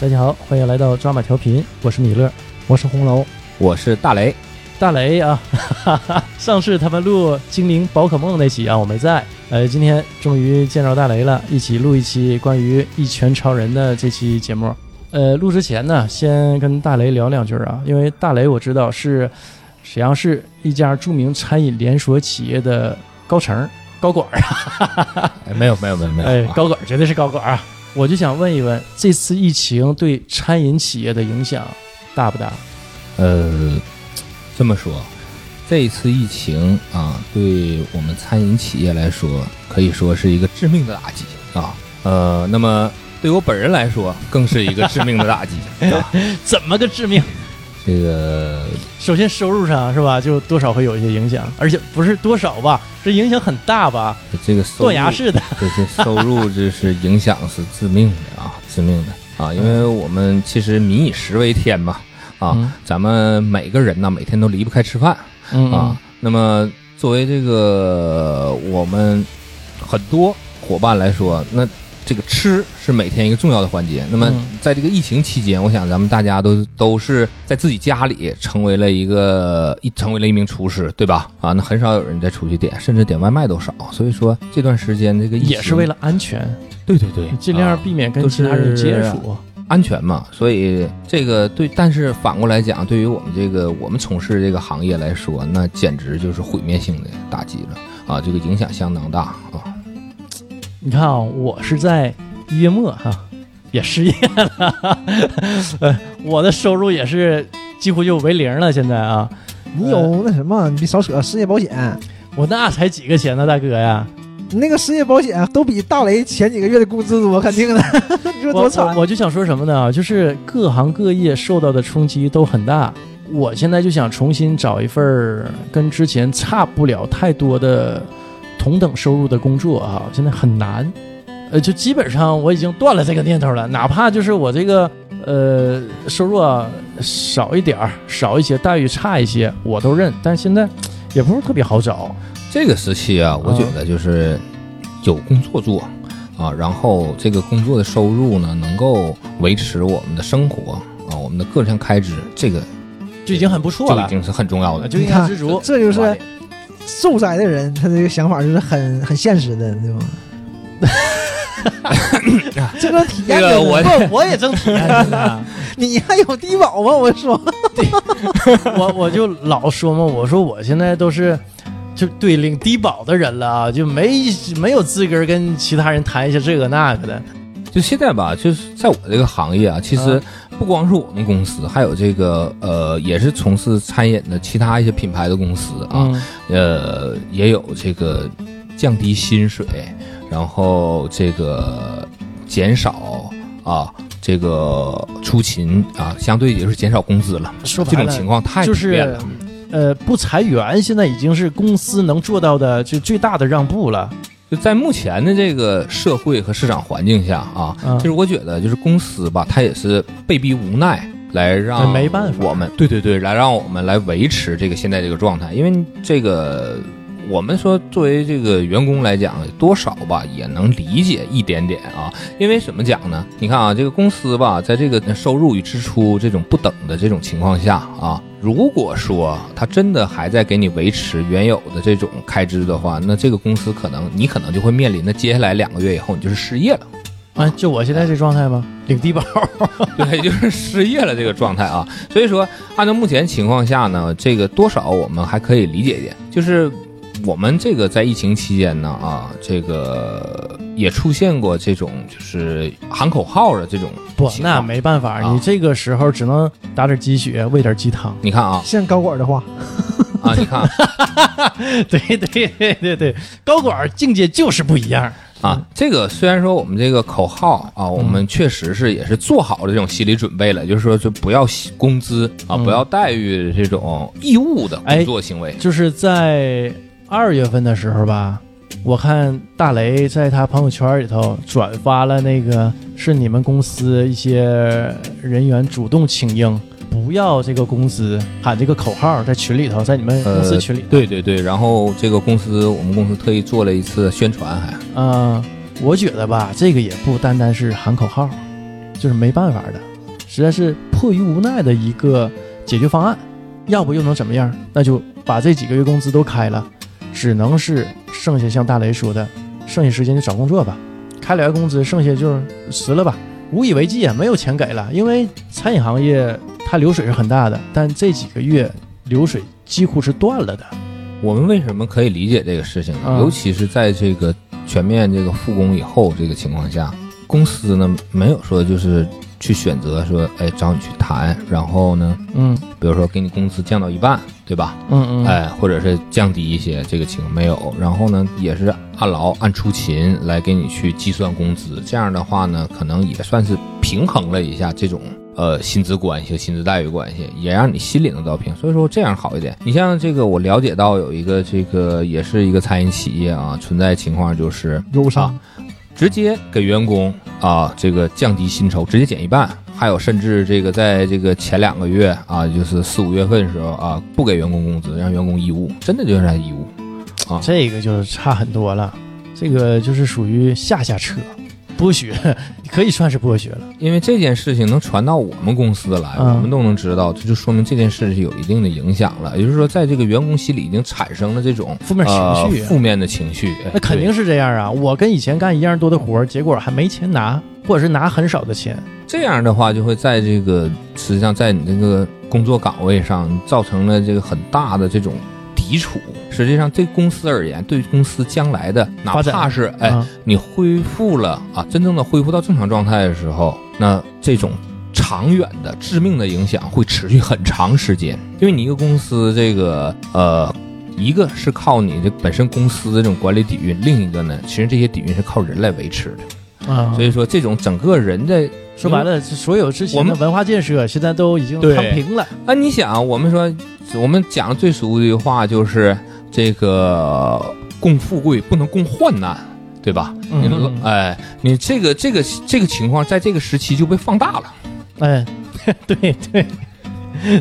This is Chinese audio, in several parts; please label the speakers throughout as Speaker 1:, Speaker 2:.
Speaker 1: 大家好，欢迎来到抓马调频，我是米勒，我是红楼，
Speaker 2: 我是大雷。
Speaker 1: 大雷啊， 哈哈上次他们录精灵宝可梦那期啊，我没在。呃，今天终于见着大雷了，一起录一期关于一拳超人的这期节目。呃，录之前呢，先跟大雷聊两句啊，因为大雷我知道是沈阳市一家著名餐饮连锁企业的高层高管 儿啊，
Speaker 2: 哎，没有没有没有没有，
Speaker 1: 哎，
Speaker 2: 啊
Speaker 1: 高管儿绝对是高管儿啊。我就想问一问，这次疫情对餐饮企业的影响大不大？
Speaker 2: 呃，这么说，这一次疫情啊，对我们餐饮企业来说，可以说是一个致命的打击啊。呃，那么对我本人来说，更是一个致命的打击。啊、
Speaker 1: 怎么个致命？
Speaker 2: 这个
Speaker 1: 首先收入上是吧，就多少会有一些影响，而且不是多少吧，这影响很大吧，
Speaker 2: 这个收入
Speaker 1: 断崖式的。
Speaker 2: 这这收入这是影响是致命的啊，致命的啊，因为我们其实民以食为天嘛啊，
Speaker 1: 嗯
Speaker 2: 咱们每个人呢每天都离不开吃饭
Speaker 1: 嗯
Speaker 2: 啊。那么作为这个我们很多伙伴来说，那这个吃是每天一个重要的环节。那么
Speaker 1: 嗯
Speaker 2: 在这个疫情期间，我想咱们大家都都是在自己家里成为了一个一成为了一名厨师，对吧？啊，那很少有人再出去点，甚至点外卖都少。所以说这段时间这个疫情
Speaker 1: 也是为了安全，
Speaker 2: 对对对
Speaker 1: 尽量
Speaker 2: 啊
Speaker 1: 避免跟
Speaker 2: 都
Speaker 1: 其他人
Speaker 2: 是
Speaker 1: 接触。
Speaker 2: 安全嘛，所以这个对，但是反过来讲，对于我们这个我们从事这个行业来说，那简直就是毁灭性的打击了啊！这个影响相当大啊。
Speaker 1: 你看啊，我是在一月末哈、也失业了， 呃，我的收入也是几乎就为零了，现在啊，
Speaker 3: 你有那什么？你别少扯失业保险，
Speaker 1: 我那才几个钱呢，大哥呀，
Speaker 3: 你那个失业保险啊都比大雷前几个月的工资多，肯定的。 你说
Speaker 1: 我
Speaker 3: 多
Speaker 1: 我
Speaker 3: 惨？
Speaker 1: 我就想说什么呢？啊就是各行各业受到的冲击都很大。我现在就想重新找一份儿跟之前差不了太多的同等收入的工作啊，现在很难。呃，就基本上我已经断了这个念头了，哪怕就是我这个呃收入啊少一点儿、少一些，待遇差一些，我都认。但现在也不是特别好找。
Speaker 2: 这个时期啊，我觉得就是有工作做啊，然后这个工作的收入呢，能够维持我们的生活啊，我们的各项开支，这个
Speaker 1: 就已经很不错
Speaker 2: 就已
Speaker 1: 了，啊
Speaker 2: 经是很重要的。
Speaker 1: 就应该知足。
Speaker 3: 这就是
Speaker 2: 吧
Speaker 3: 受灾的人，他这个想法就是很很现实的，对吧？ 这个体
Speaker 2: 这个
Speaker 3: 验真的
Speaker 2: 我
Speaker 1: 不，我也正体验 着呢。
Speaker 3: 你还有低保吗？我说，
Speaker 1: 我我就老说嘛，我说我现在都是就对领低保的人了啊，就没没有资格跟其他人谈一些这个那个的。
Speaker 2: 就现在吧，就是在我这个行业啊，其实
Speaker 1: 啊
Speaker 2: 不光是我们公司，还有这个呃，也是从事餐饮的其他一些品牌的公司啊，
Speaker 1: 嗯
Speaker 2: 呃，也有这个降低薪水，然后这个减少啊，这个出勤啊，相对也就是减少工资了。
Speaker 1: 说
Speaker 2: 这
Speaker 1: 白
Speaker 2: 种
Speaker 1: 了
Speaker 2: 情况太
Speaker 1: 就
Speaker 2: 普遍
Speaker 1: 是
Speaker 2: 了。
Speaker 1: 呃不裁员，现在已经是公司能做到的就最大的让步了。
Speaker 2: 就在目前的这个社会和市场环境下啊，
Speaker 1: 嗯
Speaker 2: 就是我觉得就是公司吧，它也是被逼无奈来让
Speaker 1: 哎没办法
Speaker 2: 我们对对对，来让我们来维持这个现在这个状态，因为这个我们说作为这个员工来讲，多少吧也能理解一点点啊，因为怎么讲呢？你看啊，这个公司吧，在这个收入与支出这种不等的这种情况下啊，如果说他真的还在给你维持原有的这种开支的话，那这个公司可能你可能就会面临的接下来两个月以后你就是失业了，
Speaker 1: 啊，就我现在这状态吗？领低保，
Speaker 2: 对，就是失业了这个状态啊。所以说，按照目前情况下呢，这个多少我们还可以理解一点，就是我们这个在疫情期间呢啊，这个也出现过这种就是喊口号的这种
Speaker 1: 不，
Speaker 2: 情
Speaker 1: 那
Speaker 2: 况。
Speaker 1: 没办法，
Speaker 2: 啊
Speaker 1: 你这个时候只能打点鸡血，喂点鸡汤。
Speaker 2: 你看啊
Speaker 3: 像高管的话，
Speaker 2: 啊，你看
Speaker 1: 对对对对对，高管儿境界就是不一样。
Speaker 2: 啊，这个虽然说我们这个口号啊，我们确实是也是做好了这种心理准备了，就是说就不要工资啊，
Speaker 1: 嗯
Speaker 2: 不要待遇这种义务的工作行为。
Speaker 1: 就是在二月份的时候吧，我看大雷在他朋友圈里头转发了那个是你们公司一些人员主动请缨，不要这个工资，喊这个口号在群里头，在你们公司群里头。
Speaker 2: 对对对，然后这个公司，我们公司特意做了一次宣传，还
Speaker 1: 呃嗯、我觉得吧，这个也不单单是喊口号，就是没办法的。实在是迫于无奈的一个解决方案。要不又能怎么样？那就把这几个月工资都开了，只能是剩下像大雷说的，剩下时间就找工作吧。开了工资，剩下就辞了吧，无以为继啊，没有钱给了。因为餐饮行业它流水是很大的，但这几个月流水几乎是断了的。
Speaker 2: 我们为什么可以理解这个事情呢？
Speaker 1: 嗯
Speaker 2: 尤其是在这个全面这个复工以后这个情况下，公司呢没有说就是去选择说，哎，找你去谈，然后呢，
Speaker 1: 嗯
Speaker 2: 比如说给你工资降到一半，对吧？
Speaker 1: 嗯嗯，
Speaker 2: 哎，或者是降低一些这个情况没有，然后呢，也是按劳按出勤来给你去计算工资，这样的话呢，可能也算是平衡了一下这种呃薪资关系和薪资待遇关系，也让你心里能到平，所以说这样好一点。你像这个，我了解到有一个这个也是一个餐饮企业啊，存在情况就是
Speaker 3: 忧伤，
Speaker 2: 直接给员工啊这个降低薪酬，直接减一半。还有甚至这个在这个前两个月啊，就是四五月份的时候啊，不给员工工资，让员工义务，真的就是义务。
Speaker 1: 这个就差很多了，这个就是属于下下策，剥削， 可以算是剥削了。
Speaker 2: 因为这件事情能传到我们公司来，
Speaker 1: 嗯
Speaker 2: 我们都能知道，这就说明这件事情有一定的影响了。也就是说，在这个员工心里已经产生了这种
Speaker 1: 负面情
Speaker 2: 呃
Speaker 1: 绪啊
Speaker 2: 负面的情绪，哎
Speaker 1: 那肯定是这样啊！我跟以前干一样多的活儿，结果还没钱拿，或者是拿很少的钱。
Speaker 2: 这样的话，就会在这个实际上在你这个工作岗位上造成了这个很大的这种抵触。实际上，对公司而言，对公司将来的哪
Speaker 1: 发展
Speaker 2: 怕是哎
Speaker 1: 啊
Speaker 2: 你恢复了啊，真正的恢复到正常状态的时候，那这种呃长远的致命的影响会持续很长时间，因为你一个公司这个呃。一个是靠你这本身公司的这种管理底蕴，另一个呢，其实这些底蕴是靠人来维持的。
Speaker 1: 啊
Speaker 2: 所！以说，这种整个人的
Speaker 1: 说白了，所有之
Speaker 2: 我
Speaker 1: 前的
Speaker 2: 们
Speaker 1: 文化建设现在都已经
Speaker 2: 对
Speaker 1: 躺平了。
Speaker 2: 那你想，我们说，我们讲的最俗的一句话就是这个共富贵不能共患难，对吧？你
Speaker 1: 嗯
Speaker 2: 们哎，你这个这个这个情况在这个时期就被放大了。
Speaker 1: 哎， 对对，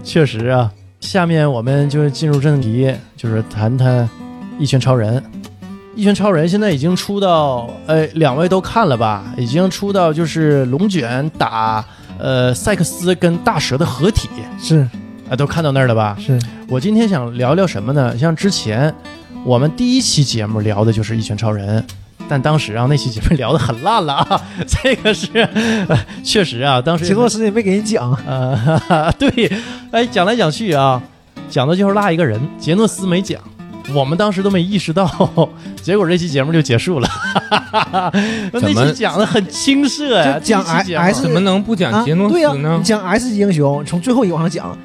Speaker 1: 确实啊。下面我们就进入正题，就是谈谈《一拳超人》。《一拳超人》现在已经出到，呃，两位都看了吧？已经出到就是龙卷打呃赛克斯跟大蛇的合体
Speaker 3: 是
Speaker 1: 啊、都看到那儿了吧？
Speaker 3: 是，
Speaker 1: 我今天想聊聊什么呢？像之前我们第一期节目聊的就是《一拳超人》，但当时啊那期节目聊的很烂了啊， 这个是、呃确实啊，当时
Speaker 3: 挺多时间也没给人讲，
Speaker 1: 呃，哈哈对，哎，讲来讲去啊，讲的就是落一个人，杰诺斯没讲，我们当时都没意识到， 结果这期节目就结束了。 那
Speaker 2: 怎么
Speaker 1: 期讲的很青涩呀、
Speaker 3: 就讲
Speaker 1: 这期
Speaker 3: S
Speaker 1: 节目
Speaker 3: S
Speaker 2: 怎么能不
Speaker 3: 啊
Speaker 2: 讲杰诺
Speaker 3: 对呀
Speaker 2: 斯，呢
Speaker 3: 你？讲 S 级英雄，从最后一个往上讲，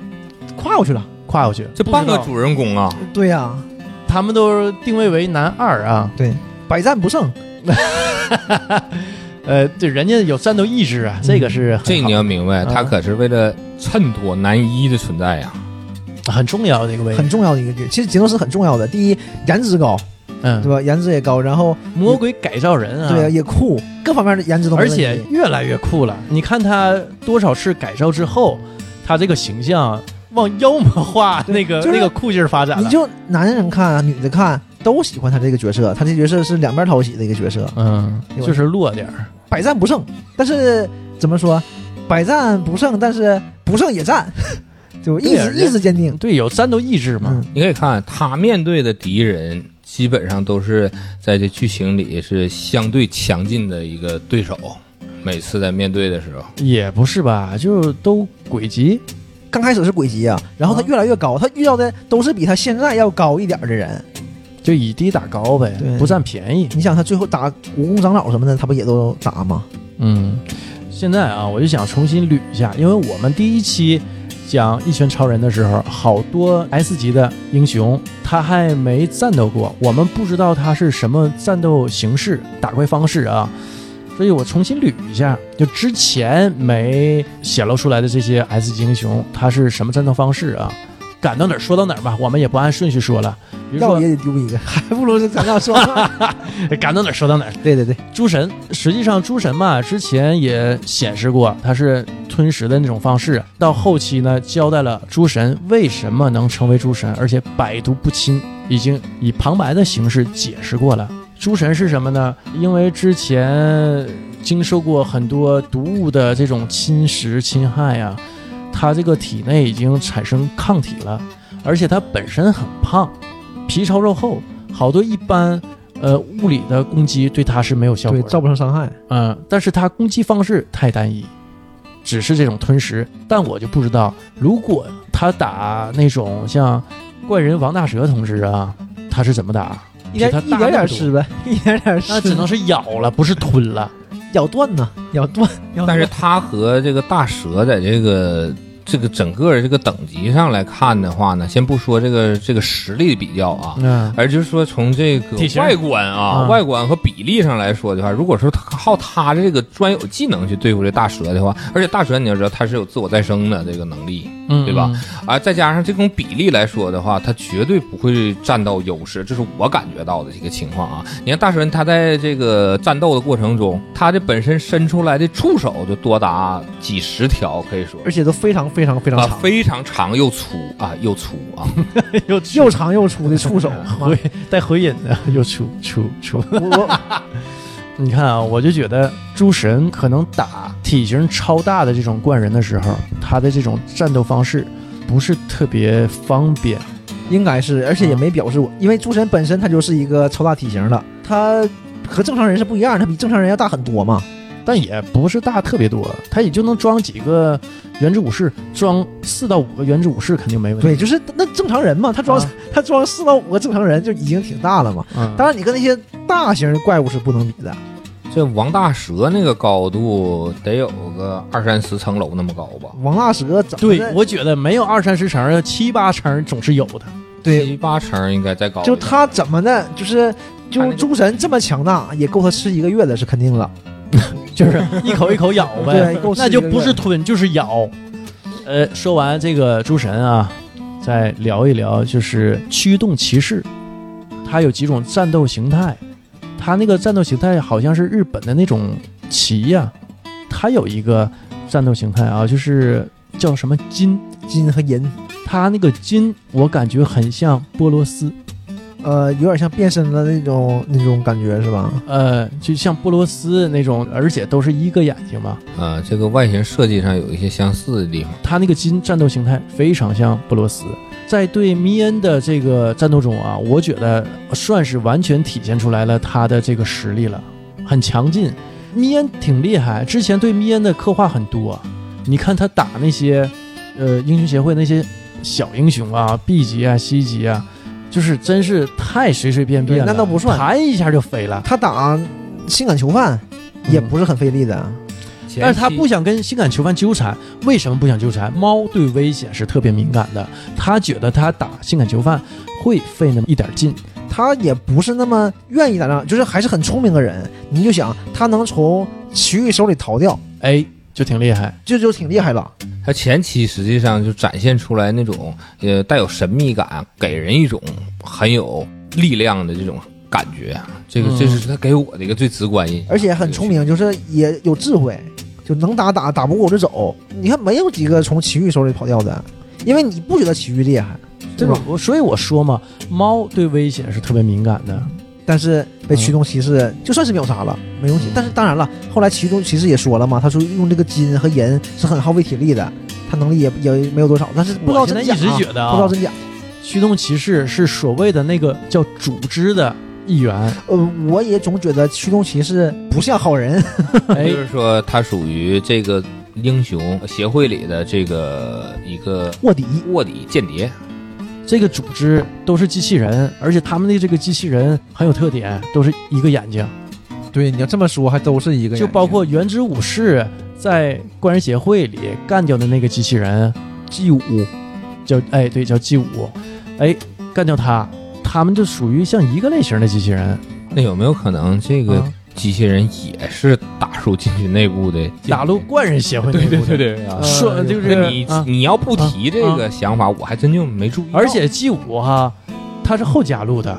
Speaker 3: 跨过去了，
Speaker 1: 跨过去，
Speaker 2: 这半
Speaker 1: 不
Speaker 2: 个
Speaker 1: 知道
Speaker 2: 主人公啊，
Speaker 3: 对呀，
Speaker 1: 他们都定位为男二啊，
Speaker 3: 百战不胜，
Speaker 1: 呃，对，人家有战斗意志啊，这个是很
Speaker 2: 这
Speaker 1: 好
Speaker 2: 你要明白，
Speaker 1: 啊
Speaker 2: 他可是为了衬托男一的存在呀。
Speaker 1: 很重要的一个位置，
Speaker 3: 很重要的一个剧。其实杰诺斯很重要的，第一颜值高，对
Speaker 1: 嗯，
Speaker 3: 吧？颜值也高，然后
Speaker 1: 魔鬼改造人啊，
Speaker 3: 对呀也酷，各方面的颜值都没
Speaker 1: 而
Speaker 3: 问题
Speaker 1: 且越来越酷了。你看他多少次改造之后，他这个形象往妖魔化那个、
Speaker 3: 就是
Speaker 1: 那个酷劲儿发展
Speaker 3: 你
Speaker 1: 了。
Speaker 3: 就男人看、女的看都喜欢他这个角色，他这角色是两边讨喜的一个角色，
Speaker 1: 嗯，就是弱点儿。
Speaker 3: 百战不胜。但是怎么说，百战不胜，但是不胜也战， 就意
Speaker 1: 对啊
Speaker 3: 志意志坚定。
Speaker 1: 对，有战斗意志嘛。
Speaker 3: 嗯，
Speaker 2: 你可以看他面对的敌人，基本上都是在这剧情里是相对强劲的一个对手。每次在面对的时候，
Speaker 1: 也不是吧，就都轨迹。
Speaker 3: 刚开始是鬼级啊，然后他
Speaker 1: 啊
Speaker 3: 越来越高，他遇到的都是比他现在要高一点的人。
Speaker 1: 就以低打高呗
Speaker 3: 对，
Speaker 1: 不占便宜。
Speaker 3: 你想，他最后打蜈蚣长老什么的，他不也都打吗？
Speaker 1: 嗯，现在啊，我就想重新捋一下，因为我们第一期讲一拳超人的时候，好多 S 级的英雄他还没战斗过，我们不知道他是什么战斗形式、打怪方式啊，所以我重新捋一下，就之前没显露出来的这些 S 级英雄，他是什么战斗方式啊？赶到哪儿说到哪儿吧，我们也不按顺序说了，比如
Speaker 3: 要
Speaker 1: 说哎
Speaker 3: 也得丢一个，还不如咱俩说。
Speaker 1: 赶到哪儿说到哪儿。
Speaker 3: 对对对，
Speaker 1: 诸神，实际上诸神嘛，之前也显示过它是吞食的那种方式。到后期呢，交代了诸神为什么能成为诸神，而且百毒不侵，已经以旁白的形式解释过了。诸神是什么呢？因为之前经受过很多毒物的这种侵蚀侵害啊，他这个体内已经产生抗体了，而且他本身很胖，皮糙肉厚，好多一般呃物理的攻击对他是没有效果
Speaker 3: 对，
Speaker 1: 的。
Speaker 3: 造不成伤害。
Speaker 1: 嗯，但是它攻击方式太单一，只是这种吞食。但我就不知道，如果他打那种像怪人王大蛇同志啊，他是怎么打？
Speaker 3: 一点
Speaker 1: 比它
Speaker 3: 一
Speaker 1: 大
Speaker 3: 点
Speaker 1: 那么
Speaker 3: 点
Speaker 1: 多
Speaker 3: 吃呗， 一点点吃，
Speaker 1: 那只能是咬了，不是吞了。
Speaker 3: 咬断呐，咬断。咬断
Speaker 2: 但是它和这个大蛇在这个这个整个这个等级上来看的话呢，先不说这个这个实力比较啊，
Speaker 1: 嗯，
Speaker 2: 而就是说从这个
Speaker 1: 体型
Speaker 2: 外观啊、
Speaker 1: 啊
Speaker 2: 外观和比例上来说的话，如果说它靠它这个专有技能去对付这大蛇的话，而且大蛇你要知道它是有自我再生的这个能力
Speaker 1: 嗯
Speaker 2: 对吧？啊，再加上这种比例来说的话，它绝对不会占到优势，这是我感觉到的一个情况啊。你看大神他在这个战斗的过程中，他这本身伸出来的触手就多达几十条，可以说。
Speaker 3: 而且都非常非常非常
Speaker 2: 啊，
Speaker 3: 长，
Speaker 2: 非常长又粗啊，又粗啊，
Speaker 1: 又
Speaker 3: 又长又粗的 触手。妈
Speaker 1: 回带回引的， 又出出出。
Speaker 3: 我我
Speaker 1: 你看啊，我就觉得诸神可能打体型超大的这种怪人的时候，他的这种战斗方式不是特别方便。
Speaker 3: 应该是，而且也没表示我，因为诸神本身它就是一个超大体型的，它和正常人是不一样，它比正常人要大很多嘛。
Speaker 1: 但也不是大特别多，它也就能装几个原子武士，装四到五个原子武士肯定没问题。
Speaker 3: 对，就是那正常人嘛，他装
Speaker 1: 啊
Speaker 3: 他装四到五个正常人就已经挺大了嘛。
Speaker 1: 嗯，
Speaker 3: 当然，你跟那些大型的怪物是不能比的，
Speaker 2: 这王大蛇那个高度得有个二三十层楼那么高吧，
Speaker 3: 王大蛇长得
Speaker 1: 对，我觉得没有二三十层，七八层总是有的。
Speaker 3: 对，
Speaker 2: 七八层应该再高一
Speaker 3: 就
Speaker 2: 点。
Speaker 3: 他怎么的，就是
Speaker 2: 他那
Speaker 3: 就
Speaker 2: 个
Speaker 3: 诸神这么强大，也够他吃一个月的，是肯定了。
Speaker 1: 就是一口一口咬呗，
Speaker 3: 对够吃
Speaker 1: 那就
Speaker 3: 一个
Speaker 1: 不
Speaker 3: 月
Speaker 1: 是吞就是咬。呃，说完这个诸神啊，再聊一聊就是驱动骑士，它有几种战斗形态，它那个战斗形态好像是日本的那种旗呀、它有一个战斗形态啊，就是叫什么金，
Speaker 3: 金和银，
Speaker 1: 它那个金我感觉很像波罗斯，
Speaker 3: 呃，有点像变身的那种那种感觉是吧？
Speaker 1: 呃，就像波罗斯那种，而且都是一个眼睛嘛，
Speaker 2: 啊，这个外形设计上有一些相似的地方。
Speaker 1: 他那个金战斗形态非常像布罗斯，在对米恩的这个战斗中啊，我觉得算是完全体现出来了他的这个实力了，很强劲。米恩挺厉害，之前对米恩的刻画很多，啊你看他打那些，呃，英雄协会那些小英雄啊，B 级啊、C 级啊，就是真是太随随便便了，
Speaker 3: 对那倒不算
Speaker 1: 弹一下就飞了。
Speaker 3: 他打性感囚犯也不是很费力的，
Speaker 1: 但是他
Speaker 2: 前期
Speaker 1: 不想跟性感囚犯纠缠，为什么不想纠缠？猫对危险是特别敏感的，他觉得他打性感囚犯会费那么一点劲。
Speaker 3: 他也不是那么愿意打仗，就是还是很聪明的人。你就想他能从奇遇手里逃掉，
Speaker 1: 哎，就挺厉害。
Speaker 3: 这就挺厉害了。
Speaker 2: 它前期实际上就展现出来那种呃带有神秘感，给人一种很有力量的这种感觉。这个
Speaker 1: 嗯
Speaker 2: 这是他给我的一个最直观印象，
Speaker 3: 而且很聪明，就是也有智慧，就能打打，打不过我就走。你看没有几个从奇遇手里跑掉的，因为你不觉得奇遇厉害，
Speaker 1: 这
Speaker 3: 对吧
Speaker 1: 种？我所以我说嘛，猫对危险是特别敏感的。
Speaker 3: 但是被驱动骑士就算是秒杀了，没用。但是当然了，后来驱动骑士也说了嘛，他说用这个金和银是很耗费体力的，他能力也也没有多少，但是不知道
Speaker 1: 我现
Speaker 3: 真
Speaker 1: 在一
Speaker 3: 假、
Speaker 1: 直觉得
Speaker 3: 不知道
Speaker 1: 啊，
Speaker 3: 真假。
Speaker 1: 驱动骑士是所谓的那个叫组织的一 员。
Speaker 3: 呃，我也总觉得驱动骑士不像好人，
Speaker 1: 哎
Speaker 2: 就，是说他属于这个英雄协会里的这个一个
Speaker 3: 卧底。
Speaker 2: 卧底间谍。
Speaker 1: 这个组织都是机器人，而且他们的这个机器人很有特点，都是一个眼睛。
Speaker 4: 对，你要这么说，还都是一个眼睛，
Speaker 1: 就包括原子武士在怪人协会里干掉的那个机器人 G 五，叫哎对叫 G 五，哎干掉他，他们就属于像一个类型的机器人，
Speaker 2: 那有没有可能这个
Speaker 1: 啊、
Speaker 2: 机器人也是打入进去内部的？
Speaker 1: 打入怪人协会内
Speaker 2: 对
Speaker 1: 部
Speaker 2: 对
Speaker 1: 的
Speaker 2: 对对啊！
Speaker 1: 说
Speaker 3: 呃
Speaker 1: 就
Speaker 2: 这
Speaker 1: 是
Speaker 2: 你
Speaker 1: 啊
Speaker 2: 你要不提这个想法，我还真就没注意到。
Speaker 1: 而且 G 五哈，它是后加入的，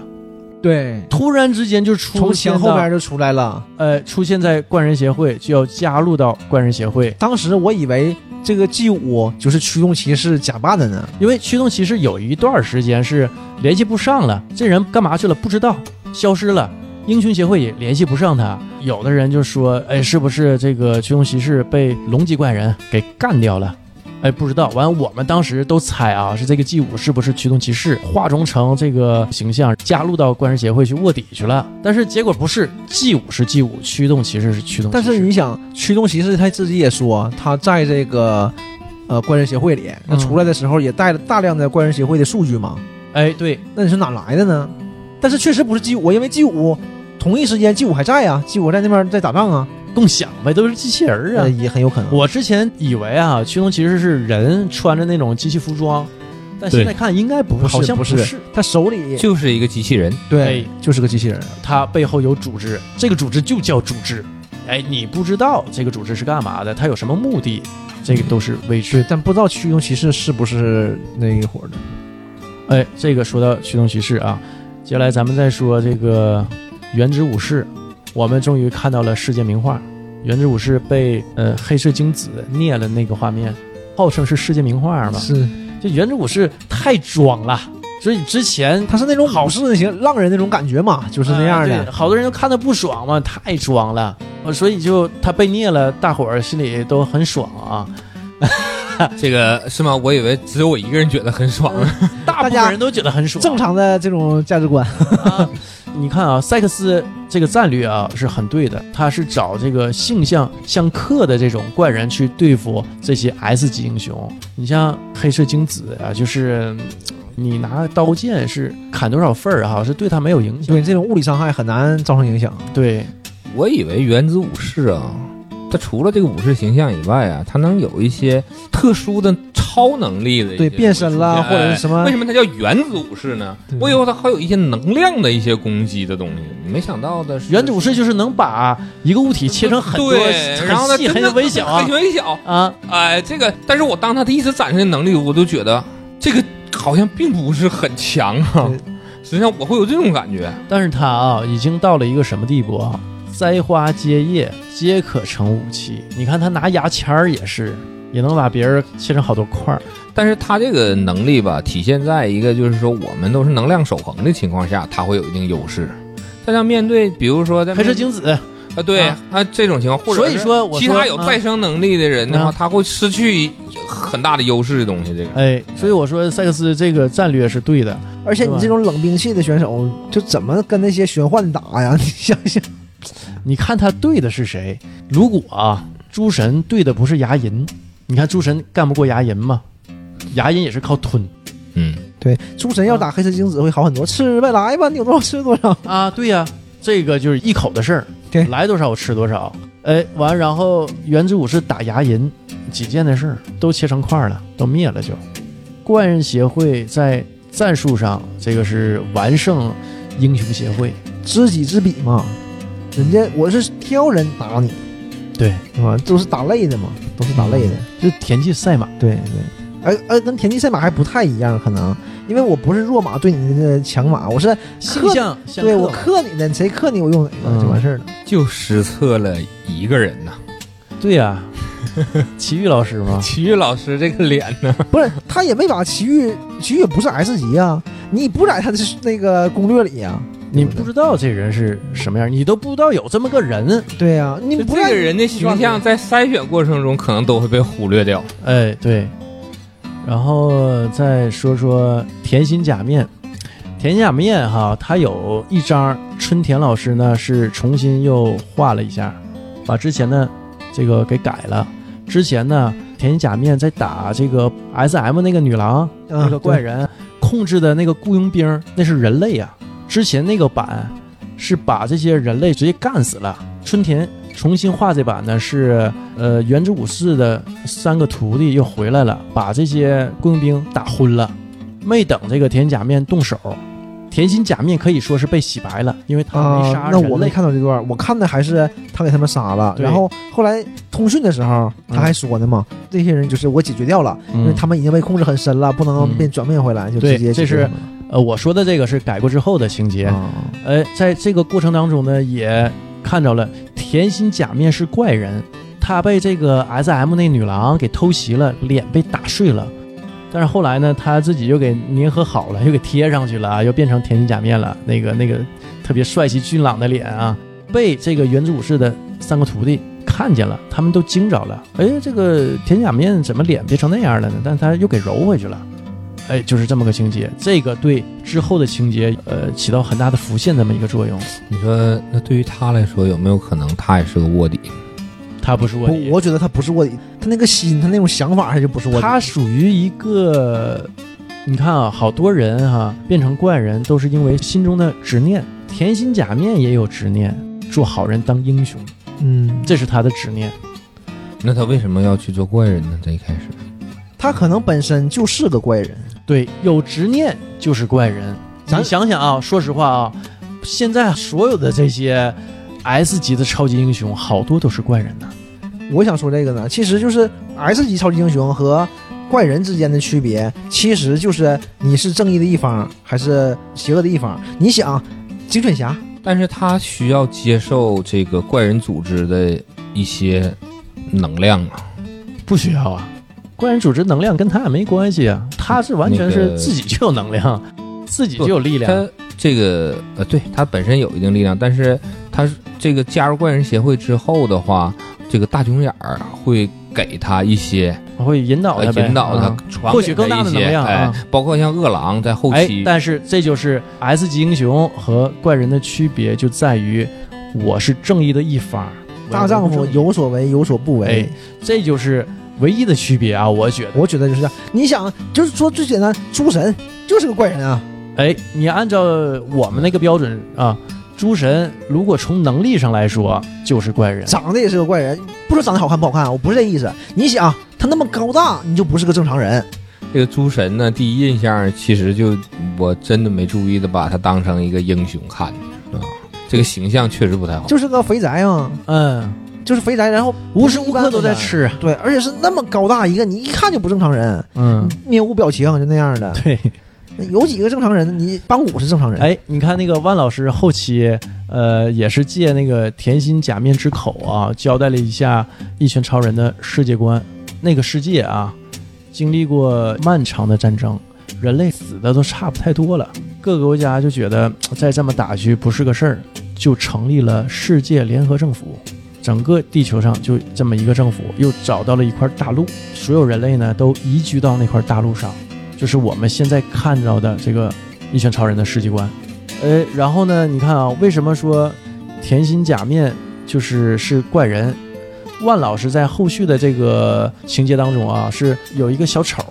Speaker 4: 对，
Speaker 1: 突然之间就出
Speaker 3: 从
Speaker 1: 现
Speaker 3: 墙后
Speaker 1: 到
Speaker 3: 边就出来了。
Speaker 1: 呃出现在怪人协会，就要加入到怪人协会，
Speaker 3: 当时我以为这个 G 五就是驱动骑士假扮的呢，
Speaker 1: 因为驱动骑士有一段时间是联系不上了，这人干嘛去了不知道，消失了。英雄协会也联系不上他。有的人就说，哎，是不是这个驱动骑士被龙脊怪人给干掉了？哎，不知道。完，我们当时都猜啊，是这个 G 五是不是驱动骑士化妆成这个形象加入到怪人协会去卧底去了？但是结果不是，G 五是 G 五，驱动骑士是驱动骑
Speaker 3: 但
Speaker 1: 士。
Speaker 3: 是你想，
Speaker 4: 驱动骑士他自己也说，他在这个呃怪人协会里，那
Speaker 1: 嗯
Speaker 4: 出来的时候也带了大量的怪人协会的数据嘛。
Speaker 1: 哎，对，
Speaker 4: 那你是哪来的呢？
Speaker 3: 但是确实不是 G 五，因为 G 五同一时间 G 五还在啊，G 五在那边在打仗啊，
Speaker 1: 共享呗，都是机器人儿啊。
Speaker 3: 呃也很有可能。
Speaker 1: 我之前以为啊，驱动骑士是人穿着那种机器服装，但现在看应该不
Speaker 3: 不是
Speaker 1: 好像
Speaker 3: 不
Speaker 1: 是。
Speaker 3: 是他手里
Speaker 2: 就是一个机器人。
Speaker 4: 对，
Speaker 1: 哎
Speaker 4: 就是个机器人。
Speaker 1: 它背后有组织，这个组织就叫组织。哎，你不知道这个组织是干嘛的，它有什么目的，这个都是未知
Speaker 4: 对，。但不知道驱动骑士是不是那一伙儿的。
Speaker 1: 哎，这个说到驱动骑士啊，接下来咱们再说这个原子武士，我们终于看到了世界名画，原子武士被呃黑色精子灭了那个画面，号称是世界名画嘛。
Speaker 4: 是，
Speaker 1: 这原子武士太装了，所以之前
Speaker 4: 他是那种
Speaker 1: 好
Speaker 4: 武士那型浪人那种感觉嘛，就是那样
Speaker 1: 啊
Speaker 4: 的。
Speaker 1: 对好多人就看他不爽嘛，太装了，呃所以就他被虐了，大伙儿心里都很爽啊。
Speaker 2: 这个是吗？我以为只有我一个人觉得很爽。
Speaker 1: 嗯大部
Speaker 3: 大
Speaker 1: 分
Speaker 3: 家
Speaker 1: 人都觉得很爽，
Speaker 3: 正常的这种价值观，
Speaker 1: 啊。你看啊，塞克斯这个战略啊是很对的，他是找这个性向相克的这种怪人去对付这些 S 级英雄。你像黑色精子啊，就是嗯你拿刀剑是砍多少份儿啊，是对他没有影响。
Speaker 4: 对，这种物理伤害很难造成影响。
Speaker 1: 对，
Speaker 2: 我以为原子武士啊，他除了这个武士形象以外啊，他能有一些特殊的超能力的一些
Speaker 4: 对，变身啦，
Speaker 2: 东西
Speaker 4: 或者是什
Speaker 2: 哎
Speaker 4: 么
Speaker 2: 为什么他叫原子武士呢
Speaker 4: 对？
Speaker 2: 我以为他还有一些能量的一些攻击的东西，没想到的是
Speaker 1: 原子武士就是能把一个物体切成很多
Speaker 2: 对，然后
Speaker 1: 很
Speaker 2: 呢，
Speaker 1: 细
Speaker 2: 真的
Speaker 1: 很微小啊
Speaker 2: 很微小。
Speaker 1: 啊。
Speaker 2: 哎，这个，但是我当他第一次展现的能力，我都觉得这个好像并不是很强啊
Speaker 4: 对。
Speaker 2: 实际上我会有这种感觉，
Speaker 1: 但是他啊，已经到了一个什么地步啊？栽花接叶皆可成武器。你看他拿牙签儿也是，也能把别人切成好多块儿。
Speaker 2: 但是他这个能力吧，体现在一个就是说我们都是能量守恒的情况下，他会有一定优势。但要面对，比如说在
Speaker 1: 黑色精子，
Speaker 2: 啊，对
Speaker 1: 啊
Speaker 2: 啊这种情况，或者
Speaker 1: 所以
Speaker 2: 是
Speaker 1: 说我
Speaker 2: 其
Speaker 1: 说
Speaker 2: 他有再生能力的人的
Speaker 1: 啊
Speaker 2: 话，他会失去很大的优势的东西。这个
Speaker 1: 哎，所以我说塞克斯这个战略是对的。
Speaker 3: 而且你
Speaker 1: 对
Speaker 3: 这种冷兵器的选手，就怎么跟那些玄幻打呀？你 想想，
Speaker 1: 你看他对的是谁？如果啊，诸神对的不是牙龈，你看诸神干不过牙龈嘛？牙龈也是靠吞
Speaker 2: 嗯，
Speaker 3: 对，诸神要打黑色精子会好很多，吃呗，来吧，你有多少吃多少。
Speaker 1: 啊，对呀、这个就是一口的事儿，
Speaker 3: 对
Speaker 1: 来多少我吃多少。哎，完，然后原子武士打牙龈，几件的事儿都切成块儿了，都灭了就。怪人协会在战术上，这个是完胜英雄协会，
Speaker 3: 知己知彼嘛，人家我是挑人打你，
Speaker 1: 对，嗯
Speaker 3: 是吧？都是打累的嘛，都是打累的。
Speaker 1: 就田忌赛
Speaker 4: 嗯
Speaker 1: 马。
Speaker 3: 对对，而而跟田忌赛马还不太一样，可能因为我不是弱马对你的强马，我是
Speaker 1: 性向相
Speaker 3: 对
Speaker 1: 克
Speaker 3: 我克你的，谁克你我用哪个、
Speaker 1: 嗯
Speaker 3: 就完事儿了。
Speaker 2: 就失策了一个人 呐。
Speaker 1: 对呀、 齐豫老师嘛，
Speaker 2: 体育老师这个脸 呢？
Speaker 3: 不是，他也没把奇遇，奇遇也不是 S 级啊，你不在他的那个攻略里啊。
Speaker 1: 你不知道这人是什么样，你都不知道有这么个人。
Speaker 3: 对呀、你
Speaker 2: 就
Speaker 3: 不
Speaker 2: 这
Speaker 3: 让
Speaker 2: 个人的形象在筛选过程中可能都会被忽略掉。
Speaker 1: 哎，对。然后再说说甜心假面，甜心假面哈，它有一张春田老师呢是重新又画了一下，把之前的这个给改了。之前呢，甜心假面在打这个 S M 那个女郎
Speaker 3: 啊
Speaker 1: 那个怪人控制的那个雇佣兵，那是人类啊。之前那个版是把这些人类直接干死了。春田重新画这版呢是，呃，原子武士的三个徒弟又回来了，把这些雇佣兵打昏了。没等这个田假面动手，田心假面可以说是被洗白了，因为他
Speaker 3: 啊、
Speaker 1: 没杀
Speaker 3: 那
Speaker 1: 人类。
Speaker 3: 我没看到这段，我看的还是他给他们杀了。
Speaker 1: 对
Speaker 3: 然后后来通讯的时候，他还说呢嘛，这些人就是我解决掉了，
Speaker 1: 嗯
Speaker 3: 因为他们已经被控制很深了，不能变转变回来，就直
Speaker 1: 对
Speaker 3: 接
Speaker 1: 这
Speaker 3: 解决
Speaker 1: 是
Speaker 3: 了
Speaker 1: 呃，我说的这个是改过之后的情节。
Speaker 3: 啊，
Speaker 1: 呃，在这个过程当中呢，也看到了甜心假面是怪人，他被这个 S M 那女郎给偷袭了，脸被打碎了。但是后来呢，他自己又给粘合好了，又给贴上去了啊，又变成甜心假面了。那个那个特别帅气俊朗的脸啊，被这个原子武士的三个徒弟看见了，他们都惊着了。哎，这个甜心假面怎么脸变成那样了呢？但他又给揉回去了。哎，就是这么个情节，这个对之后的情节，呃，起到很大的浮现这么一个作用。
Speaker 2: 你说，那对于他来说，有没有可能他也是个卧底？
Speaker 1: 他不是卧
Speaker 3: 不，
Speaker 1: 底，
Speaker 3: 我觉得他不是卧底，他那个心，他那种想法，他就不是卧底。
Speaker 1: 他属于一个，你看啊，好多人哈、变成怪人都是因为心中的执念，甜心假面也有执念，做好人当英雄，
Speaker 3: 嗯，
Speaker 1: 这是他的执念。
Speaker 2: 那他为什么要去做怪人呢？在一开始，
Speaker 3: 他可能本身就是个怪人。
Speaker 1: 对，有执念就是怪人。
Speaker 3: 咱
Speaker 1: 你想想啊，说实话啊，现在所有的这些 S 级的超级英雄，好多都是怪人呐。
Speaker 3: 我想说这个呢，其实就是 S 级超级英雄和怪人之间的区别，其实就是你是正义的一方还是邪恶的一方。你想，警犬侠
Speaker 2: 但是他需要接受这个怪人组织的一些能量啊。
Speaker 1: 不需要啊，怪人组织能量跟他也没关系啊，他是完全
Speaker 2: 嗯那
Speaker 1: 是
Speaker 2: 个
Speaker 1: 自己就有能量，自己就有力量。
Speaker 2: 他这个呃，对他本身有一定力量，但是他这个加入怪人协会之后的话，这个大熊眼儿啊会给他一些
Speaker 1: 会引导
Speaker 2: 呃
Speaker 1: 他呗，
Speaker 2: 引导他
Speaker 1: 啊，
Speaker 2: 传
Speaker 1: 获
Speaker 2: 给
Speaker 1: 取更
Speaker 2: 他
Speaker 1: 大
Speaker 2: 一
Speaker 1: 的
Speaker 2: 些
Speaker 1: 能量
Speaker 2: 哎
Speaker 1: 啊，
Speaker 2: 包括像饿狼在后
Speaker 1: 哎
Speaker 2: 期，，
Speaker 1: 但是这就是 S 级英雄和怪人的区别，就在于我是正义的一方，
Speaker 3: 大丈夫
Speaker 1: 我
Speaker 3: 有所为有所不为，
Speaker 1: 哎这就是唯一的区别啊！我觉得，
Speaker 3: 我觉得就是这样。你想，就是说最简单，诸神就是个怪人啊，
Speaker 1: 哎，你按照我们那个标准啊，诸神如果从能力上来说就是怪人，
Speaker 3: 长得也是个怪人，不说长得好看不好看，我不是这意思。你想，他那么高大，你就不是个正常人。
Speaker 2: 这个诸神呢，第一印象其实就我真的没注意的把他当成一个英雄看啊，这个形象确实不太好。
Speaker 3: 就是个肥宅嘛，
Speaker 1: 嗯，
Speaker 3: 就是肥宅，然后
Speaker 1: 无时无刻都在
Speaker 3: 吃。
Speaker 1: 吃，啊
Speaker 3: 对，而且是那么高大一个，你一看就不正常人，
Speaker 2: 啊
Speaker 1: 嗯，
Speaker 3: 面无表情就那样的。
Speaker 1: 对。
Speaker 3: 那有几个正常人？你班古是正常人，
Speaker 1: 哎，你看那个万老师后期，呃，也是借那个甜心假面之口啊，交代了一下一拳超人的世界观。那个世界啊，经历过漫长的战争，人类死的都差不太多了，各个国家就觉得再这么打下去不是个事儿，就成立了世界联合政府。整个地球上就这么一个政府，又找到了一块大陆，所有人类呢都移居到那块大陆上，就是我们现在看到的这个一拳超人的世界观。呃，然后呢，你看啊，为什么说甜心假面就是是怪人？万老师在后续的这个情节当中啊，是有一个小丑，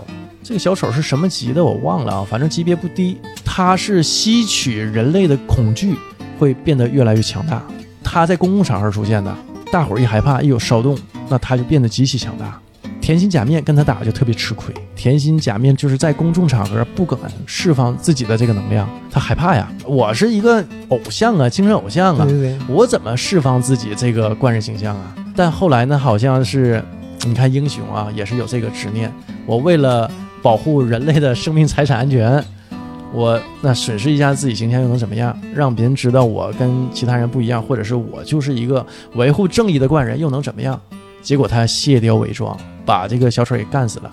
Speaker 1: 这个小丑是什么级的我忘了啊，反正级别不低。他是吸取人类的恐惧，会变得越来越强大。他在公共场合出现的，大伙儿一害怕，一有骚动，那他就变得极其强大。甜心假面跟他打就特别吃亏。甜心假面就是在公众场合不敢释放自己的这个能量，他害怕呀。我是一个偶像啊，精神偶像啊
Speaker 3: 对，对对，
Speaker 1: 我怎么释放自己这个怪人形象啊？但后来呢，好像是你看英雄啊，也是有这个执念。我为了保护人类的生命财产安全，我那损失一下自己形象又能怎么样？让别人知道我跟其他人不一样，或者是我就是一个维护正义的怪人，又能怎么样？结果他卸掉伪装，把这个小丑给干死了。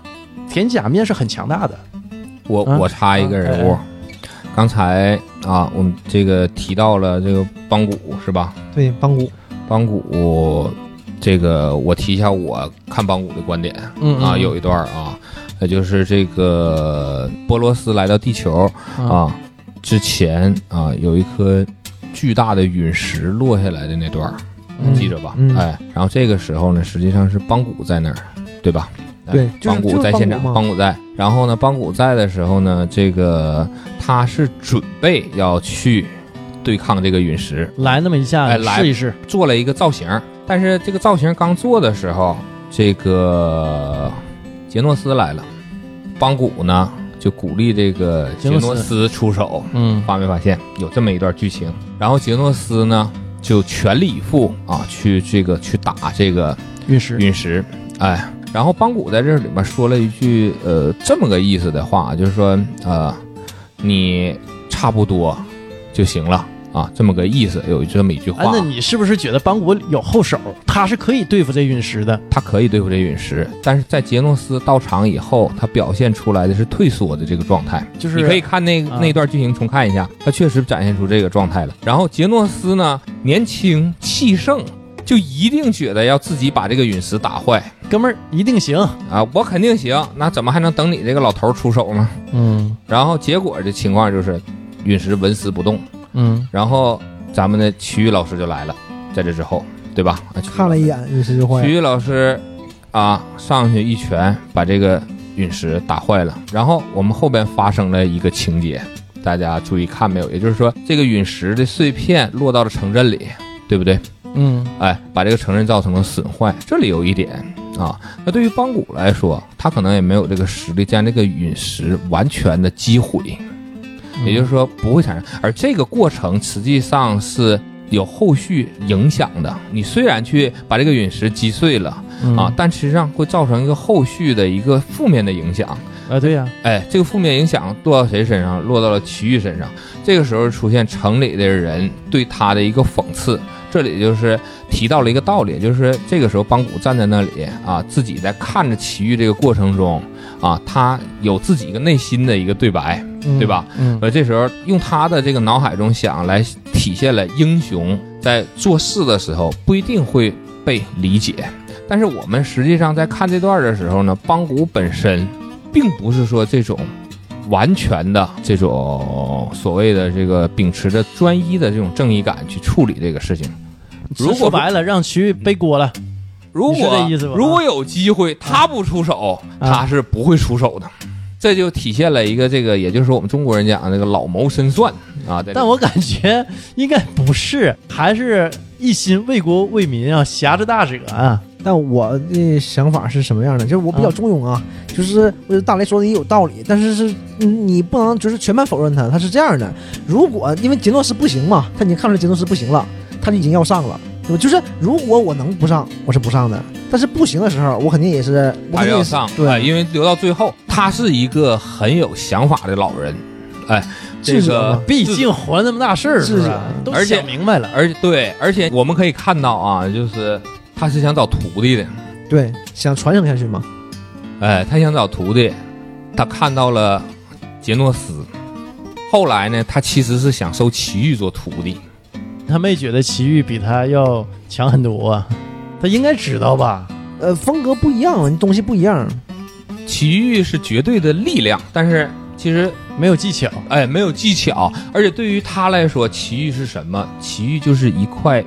Speaker 1: 田假面是很强大的，
Speaker 2: 我
Speaker 1: 啊
Speaker 2: 我插一个人物，刚才啊，我们这个提到了这个邦古是吧？
Speaker 3: 对班古，
Speaker 2: 邦古，这个我提一下我看邦古的观点
Speaker 1: 嗯
Speaker 2: 啊，有一段啊，那就是这个波罗斯来到地球，
Speaker 1: 啊，
Speaker 2: 啊，之前啊有一颗巨大的陨石落下来的那段儿，
Speaker 1: 嗯
Speaker 2: 记着吧？
Speaker 3: 嗯
Speaker 2: 哎，然后这个时候呢，实际上是邦古在那儿，对吧？哎
Speaker 3: 对就是
Speaker 2: 邦古
Speaker 3: 就是
Speaker 2: 在
Speaker 3: 邦
Speaker 2: 现
Speaker 3: 古
Speaker 2: 场，
Speaker 3: 嘛
Speaker 2: 邦古在。然后呢，邦古在的时候呢，这个他是准备要去对抗这个陨石，
Speaker 1: 来那么一下
Speaker 2: 哎来
Speaker 1: 试一试，
Speaker 2: 做了一个造型儿，但是这个造型刚做的时候，这个杰诺斯来了，邦古呢就鼓励这个
Speaker 1: 杰
Speaker 2: 杰诺
Speaker 1: 诺
Speaker 2: 斯出手，
Speaker 1: 嗯
Speaker 2: 发没发现有这么一段剧情？然后杰诺斯呢就全力以赴啊，去这个去打这个
Speaker 1: 运势
Speaker 2: 陨石，哎，然后邦古在这里面说了一句呃这么个意思的话，就是说呃你差不多就行了，啊，这么个意思，有这么一句
Speaker 1: 哎
Speaker 2: 话，，
Speaker 1: 那你是不是觉得班古有后手？他是可以对付这陨石的。
Speaker 2: 他可以对付这陨石，但是在杰诺斯到场以后，他表现出来的是退缩的这个状态。
Speaker 1: 就是
Speaker 2: 你可以看那
Speaker 1: 啊
Speaker 2: 那段剧情重看一下，他确实展现出这个状态了。然后杰诺斯呢，年轻气盛，就一定觉得要自己把这个陨石打坏
Speaker 1: 哥们儿一定行。
Speaker 2: 啊，我肯定行，那怎么还能等你这个老头儿出手呢？
Speaker 1: 嗯
Speaker 2: 然后结果的情况就是，陨石纹丝不动。
Speaker 1: 嗯，
Speaker 2: 然后咱们的体育老师就来了，在这之后，对吧？啊
Speaker 3: 看了一，眼陨石就坏
Speaker 2: 体
Speaker 3: 了，
Speaker 2: 育老师啊，上去一拳把这个陨石打坏了。然后我们后边发生了一个情节，大家注意看没有？也就是说，这个陨石的碎片落到了城镇里，对不对？
Speaker 1: 嗯，
Speaker 2: 哎，把这个城镇造成了损坏。这里有一点啊，那对于邦古来说，他可能也没有这个实力将这个陨石完全的击毁，也就是说不会产生。而这个过程实际上是有后续影响的。你虽然去把这个陨石击碎了
Speaker 1: 嗯
Speaker 2: 啊，但实际上会造成一个后续的一个负面的影响。
Speaker 1: 啊，对呀、
Speaker 2: 哎，这个负面影响落到谁身上？落到了奇遇身上。这个时候出现城里的人对他的一个讽刺，这里就是提到了一个道理，就是这个时候邦古站在那里啊，自己在看着奇遇这个过程中啊，他有自己一个内心的一个对白，
Speaker 1: 嗯
Speaker 2: 对吧？
Speaker 1: 嗯，
Speaker 2: 而呃这时候用他的这个脑海中想来体现了英雄在做事的时候不一定会被理解，但是我们实际上在看这段的时候呢，邦古本身并不是说这种完全的这种所谓的这个秉持着专一的这种正义感去处理这个事情。如果嗯
Speaker 1: 说白了，让区域背锅了，
Speaker 2: 如
Speaker 1: 你是
Speaker 2: 果
Speaker 1: 这意思吧
Speaker 2: 如果有机会他不出手，
Speaker 1: 啊
Speaker 2: 他是不会出手的。这就体现了一个这个，也就是说我们中国人讲的这个老谋深算啊。在这
Speaker 1: 但我感觉应该不是，还是一心为国为民啊，侠之大者啊。
Speaker 3: 但我的想法是什么样的？就是我比较
Speaker 1: 嗯
Speaker 3: 中庸啊，就是呃大雷说的也有道理，但是是嗯你不能就是全盘否认他，他是这样的。如果因为杰诺斯不行嘛，他已经看出来杰诺斯不行了，他就已经要上了。对吧？就是如果我能不上，我是不上的。但是不行的时候，我肯定也是，我
Speaker 2: 还是
Speaker 3: 肯定
Speaker 2: 要
Speaker 3: 也是
Speaker 2: 上，哎
Speaker 3: 对，
Speaker 2: 因为留到最后，他是一个很有想法的老人，哎，这
Speaker 3: 智者
Speaker 2: 个
Speaker 3: 嘛
Speaker 1: 毕竟活了那么大事儿，
Speaker 3: 是
Speaker 1: 是吧
Speaker 3: 啊
Speaker 1: 都
Speaker 2: 而且
Speaker 1: 想明白了。
Speaker 2: 而且对，而且我们可以看到啊，就是他是想找徒弟的，
Speaker 3: 对，想传承下去嘛。
Speaker 2: 哎，他想找徒弟，他看到了杰诺斯，后来呢，他其实是想收奇遇做徒弟，
Speaker 1: 他没觉得奇遇比他要强很多啊，他应该知道吧？
Speaker 3: 呃，风格不一样，东西不一样。
Speaker 2: 奇遇是绝对的力量，但是其实
Speaker 1: 没有技巧，
Speaker 2: 哎没有技巧，而且对于他来说，奇遇是什么？奇遇就是一块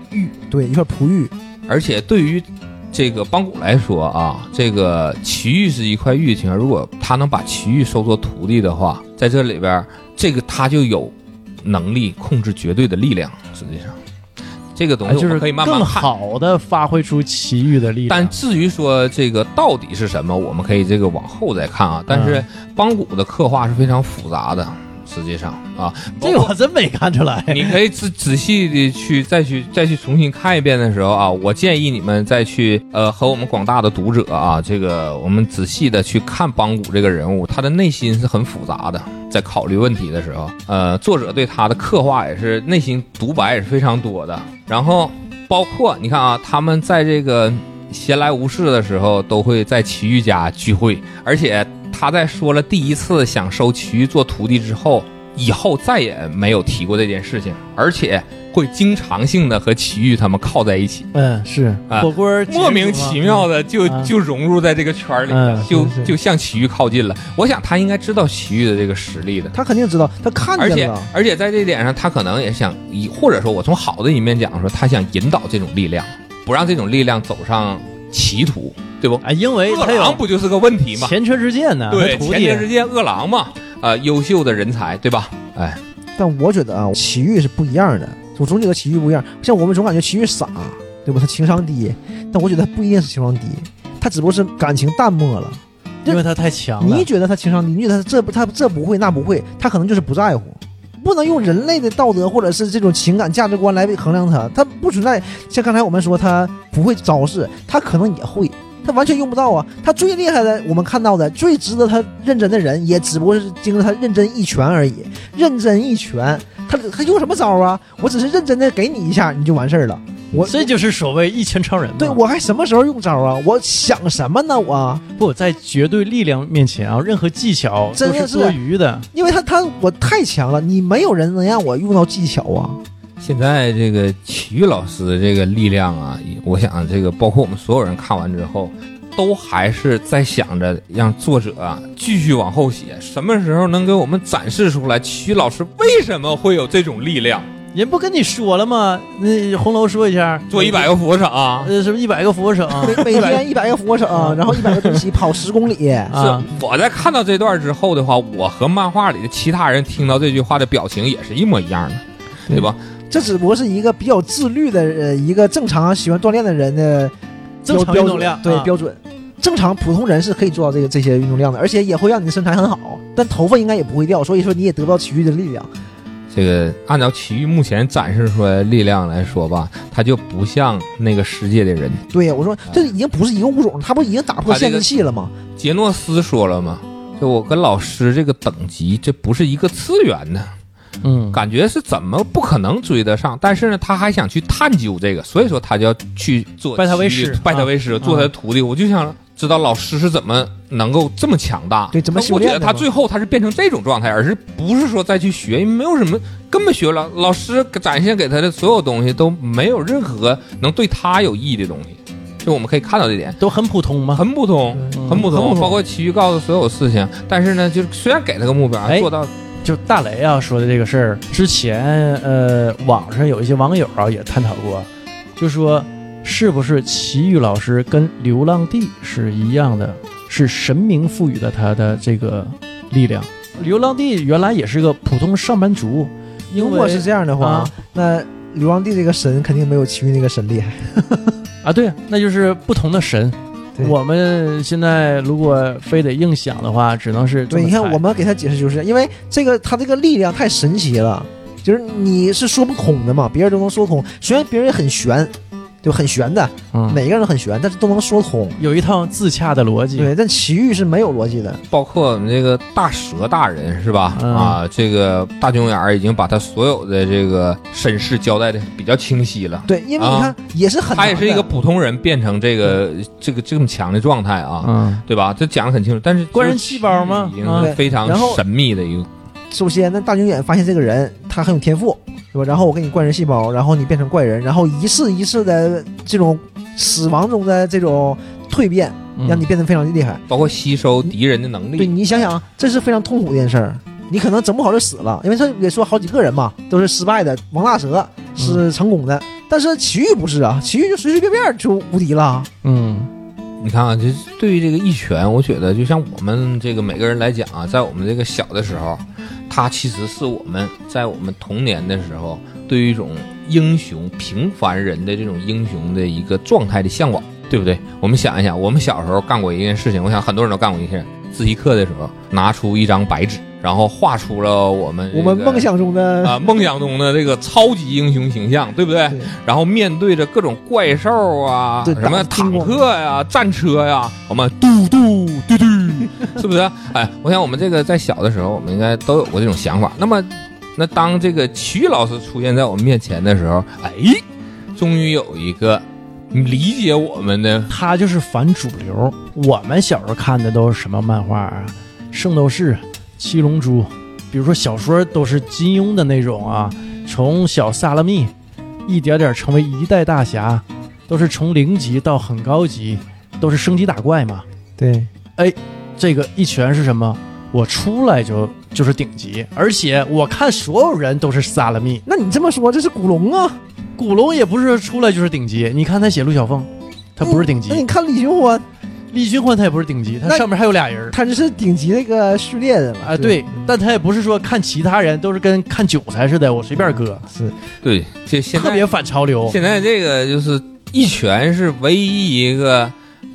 Speaker 3: 对，一块璞玉，
Speaker 2: 而且对于这个邦古来说啊，这个奇遇是一块玉情，如果他能把奇遇收作徒弟的话，在这里边儿，这个他就有能力控制绝对的力量。实际上，这个东
Speaker 1: 哎
Speaker 2: 西我
Speaker 1: 就
Speaker 2: 们
Speaker 1: 是
Speaker 2: 可以慢慢
Speaker 1: 更
Speaker 2: 看。
Speaker 1: 好的发挥出奇遇的力量。
Speaker 2: 但至于说这个到底是什么，我们可以这个往后再看啊。但是
Speaker 1: 嗯
Speaker 2: 邦古的刻画是非常复杂的，实际上啊，包
Speaker 1: 这
Speaker 2: 括
Speaker 1: 我真没看出来。
Speaker 2: 你可以仔仔细的去再去再去重新看一遍的时候啊，我建议你们再去呃和我们广大的读者啊，这个我们仔细的去看邦古这个人物，他的内心是很复杂的，在考虑问题的时候，呃，作者对他的刻画也是内心独白也是非常多的，然后包括你看啊，他们在这个闲来无事的时候，都会在齐豫家聚会，而且他在说了第一次想收齐豫做徒弟之后，以后再也没有提过这件事情，而且会经常性的和齐豫他们靠在一起，
Speaker 1: 嗯，是
Speaker 2: 啊
Speaker 1: 火锅结束了
Speaker 2: 莫名其妙的就
Speaker 1: 嗯
Speaker 2: 就融入在这个圈儿里
Speaker 1: 嗯，
Speaker 2: 就是
Speaker 3: 是
Speaker 2: 就向齐豫靠近了。我想他应该知道齐豫的这个实力的。
Speaker 3: 他肯定知道，他看
Speaker 2: 而
Speaker 3: 见
Speaker 2: 且
Speaker 3: 了。
Speaker 2: 而且在这点上，他可能也想以，或者说我从好的一面讲说，他想引导这种力量，不让这种力量走上歧途，对不？
Speaker 1: 啊，因为
Speaker 2: 饿
Speaker 1: 他有
Speaker 2: 狼不就是个问题吗？
Speaker 1: 前车之鉴呢，
Speaker 2: 对，
Speaker 1: 他徒
Speaker 2: 前
Speaker 1: 弟啊
Speaker 2: 段时间饿狼嘛，呃，优秀的人才，对吧？哎，
Speaker 3: 但我觉得啊，奇遇是不一样的，我总觉得奇遇不一样。像我们总感觉奇遇傻，对吧？他情商低，但我觉得他不一定是情商低，他只不过是感情淡漠了。
Speaker 1: 因为他太强了
Speaker 3: 你。觉得他情商低，你觉得他这不他这不会那不会，他可能就是不在乎。不能用人类的道德或者是这种情感价值观来衡量他，他不存在。像刚才我们说，他不会招式，他可能也会，他完全用不到啊。他最厉害的，我们看到的最值得他认真的人，也只不过是经过他认真一拳而已。认真一拳，他他用什么招啊？我只是认真的给你一下，你就完事儿了。我
Speaker 1: 这就是所谓一拳超人嘛。
Speaker 3: 对我还什么时候用招啊？我想什么呢？我
Speaker 1: 不在绝对力量面前啊，任何技巧
Speaker 3: 真
Speaker 1: 都
Speaker 3: 的
Speaker 1: 是
Speaker 3: 是
Speaker 1: 多余的。
Speaker 3: 因为他他我太强了，你没有人能让我用到技巧啊。
Speaker 2: 现在这个体育老师的这个力量啊，我想这个包括我们所有人看完之后，都还是在想着让作者啊继续往后写，什么时候能给我们展示出来体育老师为什么会有这种力量？
Speaker 1: 人不跟你说了吗？那红楼说一下，
Speaker 2: 做一百
Speaker 1: 个
Speaker 2: 个俯卧撑啊，
Speaker 1: 呃什么一百个俯卧撑啊，
Speaker 3: 每每天一百个俯卧撑，然后一百个蹲起，跑十 公里。
Speaker 1: 啊
Speaker 2: 是我在看到这段之后的话，我和漫画里的其他人听到这句话的表情也是一模一样的，对吧？
Speaker 3: 这只不过是一个比较自律的呃一个正常喜欢锻炼的人的
Speaker 1: 正常
Speaker 3: 标
Speaker 1: 运动量
Speaker 3: 对
Speaker 1: 啊
Speaker 3: 标准。正常普通人是可以做到这个这些运动量的，而且也会让你的身材很好，但头发应该也不会掉，所以说你也得不到体育的力量。
Speaker 2: 这个按照奇遇目前展示出来的力量来说吧，他就不像那个世界的人。
Speaker 3: 对，我
Speaker 1: 哎
Speaker 3: 说这已经不是一个物种，他不已经打破限制器了吗？
Speaker 2: 杰诺斯说了嘛，就我跟老师这个等级，这不是一个次元的，
Speaker 1: 嗯，
Speaker 2: 感觉是怎么不可能追得上。但是呢，他还想去探究这个，所以说他就要去做
Speaker 1: 拜他为
Speaker 2: 奇遇
Speaker 1: 师
Speaker 2: 拜他为师，做他的徒弟。我就想知道老师是怎么能够这么强大，
Speaker 3: 对怎么
Speaker 2: 那
Speaker 3: 修
Speaker 2: 我觉
Speaker 3: 炼
Speaker 2: 得
Speaker 3: 的
Speaker 2: 他
Speaker 3: 嘛
Speaker 2: 最后他是变成这种状态，而是不是说再去学，因为没有什么根本学不了。老师给展现给他的所有东西都没有任何能对他有意义的东西，就我们可以看到这点。
Speaker 1: 都很普通嘛。
Speaker 2: 很普通，
Speaker 1: 嗯
Speaker 2: 很普
Speaker 3: 很普
Speaker 2: 通，
Speaker 3: 通
Speaker 2: 包括奇遇告诉所有事情，但是呢，就是虽然给了个目标，
Speaker 1: 哎
Speaker 2: 做到
Speaker 1: 就大雷啊说的这个事儿，之前呃网上有一些网友啊也探讨过，就说是不是奇遇老师跟流浪地是一样的，是神明赋予的他的这个力量。流浪地原来也是个普通上班族，
Speaker 3: 如
Speaker 1: 因
Speaker 3: 果
Speaker 1: 为
Speaker 3: 是这样的话，
Speaker 1: 啊
Speaker 3: 那流浪地这个神肯定没有奇遇那个神厉害。
Speaker 1: 啊，对，那就是不同的神。
Speaker 3: 对
Speaker 1: 我们现在如果非得硬想的话，只能是这
Speaker 3: 对，
Speaker 1: 么
Speaker 3: 你看
Speaker 1: 猜
Speaker 3: 我们给他解释就是因为这个他这个力量太神奇了，就是你是说不通的嘛，别人都能说通，虽然别人也很玄，对吧？很玄的，
Speaker 1: 嗯
Speaker 3: 每个人都很玄，但是都能说通。
Speaker 1: 有一套自洽的逻辑。
Speaker 3: 对，但奇遇是没有逻辑的，
Speaker 2: 包括我们这个大蛇大人是吧？
Speaker 1: 嗯
Speaker 2: 啊，这个大熊眼儿已经把他所有的这个身世交代的比较清 晰了。
Speaker 3: 对，因为你看、
Speaker 2: 啊
Speaker 3: 也是很
Speaker 2: 他也
Speaker 3: 难
Speaker 2: 是一
Speaker 3: 的
Speaker 2: 个普通人变成这个这个这么强的状态啊，
Speaker 1: 嗯，
Speaker 2: 对吧？这讲的很清楚，但是
Speaker 1: 官人细胞吗
Speaker 2: 已经是非常
Speaker 3: 对然后
Speaker 2: 神秘的一个，
Speaker 3: 首先，那大牛眼发现这个人他很有天赋，对吧？然后我给你怪人细胞，然后你变成怪人，然后一次一次的这种死亡中的这种蜕变，
Speaker 1: 嗯
Speaker 3: 让你变得非常厉害。
Speaker 2: 包括吸收敌人的能
Speaker 3: 对
Speaker 2: 力。
Speaker 3: 你想想，
Speaker 1: 嗯
Speaker 3: 这是非常痛苦的一件事儿。你可能整不好就死了，因为他也说好几个人嘛，都是失败的。王大蛇
Speaker 1: 嗯
Speaker 3: 是成功的，但是奇遇不是啊，奇遇就随随便便就无敌了。
Speaker 1: 嗯
Speaker 2: 你看啊，就是对于这个一拳，我觉得就像我们这个每个人来讲啊，在我们这个小的时候，它其实是我们在我们童年的时候，对于一种英雄平凡人的这种英雄的一个状态的向往，对不对？我们想一想，我们小时候干过一件事情，我想很多人都干过一件事，自习课的时候拿出一张白纸，然后画出了我们、
Speaker 3: 我们梦。想中的、
Speaker 2: 啊、梦想中的这个超级英雄形象，对不对？
Speaker 3: 对
Speaker 2: 然后面对着各种怪兽啊，
Speaker 3: 对
Speaker 2: 什么
Speaker 3: 打金
Speaker 2: 坦
Speaker 3: 光
Speaker 2: 克呀、战车呀、我们嘟嘟嘟 嘟，是不是？哎，我想我们这个在小的时候，我们应该都有过这种想法。那么，那当这个体育老师出现在我们面前的时候，哎，终于有一个理解我们的，
Speaker 1: 他就是反主流。我们小时候看的都是什么漫画啊？圣斗士、七龙珠，比如说小说都是金庸的那种啊，从小萨拉密一点点成为一代大侠，都是从零级到很高级，都是升级打怪嘛。
Speaker 3: 对，
Speaker 1: 这个一拳是什么？我出来就就是顶级，而且我看所有人都是萨拉密，
Speaker 3: 那你这么说，这是古龙啊，
Speaker 1: 古龙也不是出来就是顶级。你看他写陆小凤，他不是顶级；
Speaker 3: 那你看李寻欢，
Speaker 1: 李寻欢他也不是顶级，他
Speaker 3: 嗯哎那
Speaker 1: 上面还有俩人儿
Speaker 3: 他这是顶级那个序列的嘛？
Speaker 1: 啊。对，但他也不是说看其他人都是跟看韭菜似的，我随便割，
Speaker 3: 是
Speaker 2: 对，嗯这现
Speaker 1: 特
Speaker 2: 在
Speaker 1: 哦别反潮流。
Speaker 2: 现在这个就是一拳是唯一一个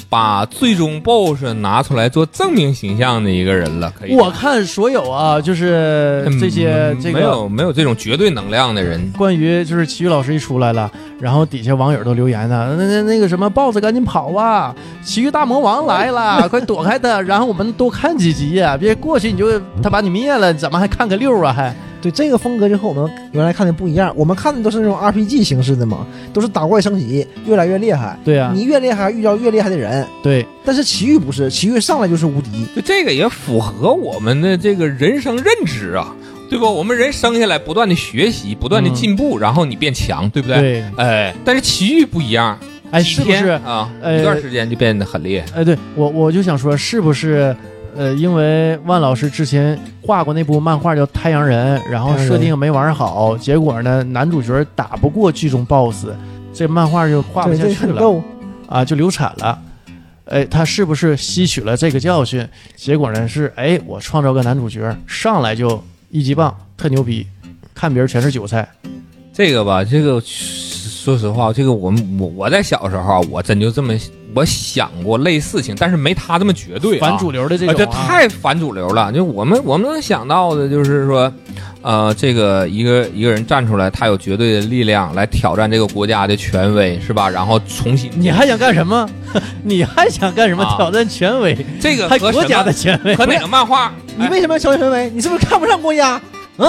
Speaker 2: 把最终 BOSS 拿出来做正面形象的一个人了。可以，
Speaker 1: 我看所有啊，就是
Speaker 2: 嗯
Speaker 1: 这些这
Speaker 2: 没
Speaker 1: 个
Speaker 2: 有没有这种绝对能量的人，
Speaker 1: 关于就是齐豫老师一出来了，然后底下网友都留言呢，那那那个什么 BOSS 赶紧跑啊，奇遇大魔王来 了，快躲开他，然后我们多看几集呀、别过去你就他把你灭了，怎么还看个溜啊还？
Speaker 3: 对这个风格就和我们原来看的不一样，我们看的都是那种 RPG 形式的嘛，都是打怪升级，越来越厉害。
Speaker 1: 对呀、啊，
Speaker 3: 你越厉害，遇到越厉害的人。
Speaker 1: 对，
Speaker 3: 但是奇遇不是，奇遇上来就是无敌。
Speaker 2: 就这个也符合我们的这个人生认知啊，对不？我们人生下来不断的学习，不断的进步，然后你变强，对不对？
Speaker 1: 嗯对，
Speaker 2: 哎，但是奇遇不一样，
Speaker 1: 哎，
Speaker 2: 几
Speaker 1: 是不
Speaker 2: 天
Speaker 1: 是？
Speaker 2: 啊？
Speaker 1: 呃
Speaker 2: 一段时间就变得很厉害。
Speaker 1: 哎，对我我就想说，是不是？呃，因为万老师之前画过那部漫画叫《太阳人》，然后
Speaker 3: 太阳人
Speaker 1: 设定没玩好，结果呢，男主角打不过剧中 BOSS，这漫画就画不
Speaker 3: 对，
Speaker 1: 下
Speaker 3: 这
Speaker 1: 去
Speaker 3: 很
Speaker 1: 了
Speaker 3: 逗。
Speaker 1: 啊，就流产了。哎，他是不是吸取了这个教训？结果呢是，哎，我创造个男主角，上来就一级棒，特牛逼，看别人全是韭菜。
Speaker 2: 这个吧，这个说实话，这个我们我我在小时候啊，我真就这么我想过类似情，但是没他这么绝对、啊。
Speaker 1: 反主流的这
Speaker 2: 啊，这
Speaker 1: 种、啊
Speaker 2: 太反主流了。就我们我们能想到的，就是说，呃，这个一个一个人站出来，他有绝对的力量来挑战这个国家的权威，是吧？然后重新，
Speaker 1: 你还想干什么？ 你还想干什么？
Speaker 2: 啊
Speaker 1: 挑战权威，
Speaker 2: 这个
Speaker 1: 还
Speaker 2: 和
Speaker 1: 国
Speaker 2: 什
Speaker 1: 家
Speaker 2: 么
Speaker 1: 的权威？
Speaker 2: 和哪个漫画？
Speaker 1: 哎
Speaker 3: 你为什么要乔权威？你是不是看不上国家？
Speaker 2: 哎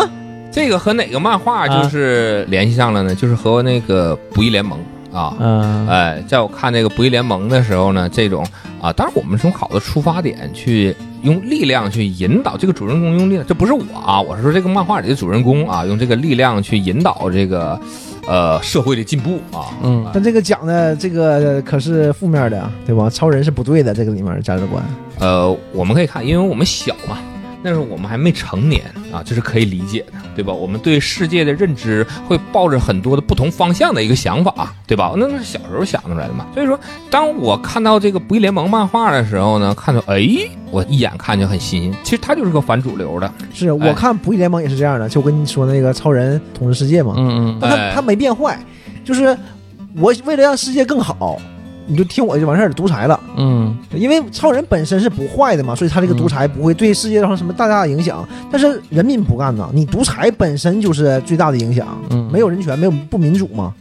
Speaker 2: 这个和哪个漫画
Speaker 1: 啊
Speaker 2: 就是联系上了呢？就是和那个《不义联盟》啊。
Speaker 1: 嗯，
Speaker 2: 哎，在我看这个《不义联盟》的时候呢，这种啊，当然我们从好的出发点去用力量去引导这个主人公用力量，这不是我啊，我是说这个漫画里的主人公啊，用这个力量去引导这个呃社会的进步啊。
Speaker 1: 嗯
Speaker 3: 但这个讲的这个可是负面的，对吧？超人是不对的，这个里面的价值观。
Speaker 2: 呃，我们可以看，因为我们小嘛，那时候我们还没成年啊，这是可以理解的，对吧？我们对世界的认知会抱着很多的不同方向的一个想法，啊对吧？那是小时候想出来的嘛。所以说，当我看到这个《不义联盟》漫画的时候呢，看到哎，我一眼看就很新鲜。其实它就是个反主流的，
Speaker 3: 是
Speaker 2: 哎
Speaker 3: 我看《不义联盟》也是这样的，就我跟你说那个超人统治世界嘛，
Speaker 1: 嗯嗯
Speaker 3: 但
Speaker 2: 哎
Speaker 3: 他他没变坏，就是我为了让世界更好，你就听我就完事儿了，独裁了。
Speaker 1: 嗯
Speaker 3: 因为超人本身是不坏的嘛，所以他这个独裁不会对世界造成什么大大的影响。但是人民不干呐，你独裁本身就是最大的影响，
Speaker 1: 嗯，
Speaker 3: 没有人权，没有不民主嘛。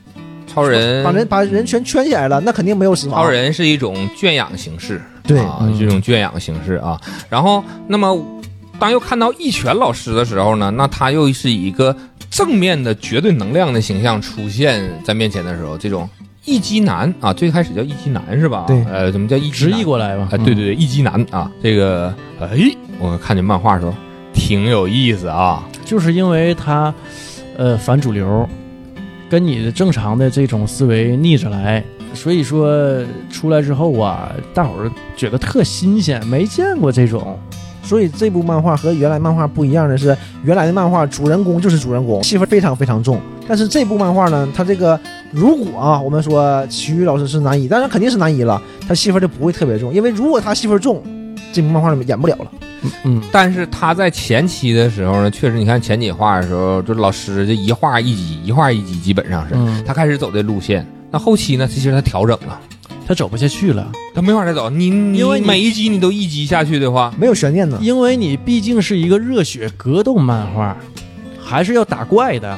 Speaker 2: 超人
Speaker 3: 把人把人全圈起来了，那肯定没有死
Speaker 2: 嗯
Speaker 3: 亡。
Speaker 2: 超人是一种圈养形式，
Speaker 3: 对
Speaker 2: 啊
Speaker 1: 嗯，
Speaker 2: 这种圈养形式啊。然后，那么当又看到义拳老师的时候呢，那他又是以一个正面的绝对能量的形象出现在面前的时候，这种一击男啊，最开始叫一击男是吧？
Speaker 3: 对
Speaker 2: 呃，怎么叫一击
Speaker 1: 直
Speaker 2: 男
Speaker 1: 译过来吧
Speaker 2: 啊？？对对对，一击男啊，这个哎，我看这漫画的时候挺有意思啊。
Speaker 1: 嗯，就是因为他呃反主流，跟你的正常的这种思维逆着来，所以说出来之后啊，大伙儿觉得特新鲜，没见过这种。
Speaker 3: 所以这部漫画和原来漫画不一样的是，原来的漫画主人公就是主人公，戏份非常非常重。但是这部漫画呢，它这个如果啊，我们说齐豫老师是男一，当然肯定是男一了，他戏份就不会特别重，因为如果他戏份重，这部漫画里面演不了了。
Speaker 1: 嗯，
Speaker 2: 但是他在前期的时候呢，确实你看前几画的时候，就老师这一画一击，一画一击，基本上是。
Speaker 1: 嗯，
Speaker 2: 他开始走这路线。那后期呢？其实他调整了，
Speaker 1: 他走不下去了，
Speaker 2: 他没法再走。你你
Speaker 1: 因为你
Speaker 2: 每一集你都一集下去的话，
Speaker 3: 没有悬念呢，
Speaker 1: 因为你毕竟是一个热血格斗漫画，还是要打怪的，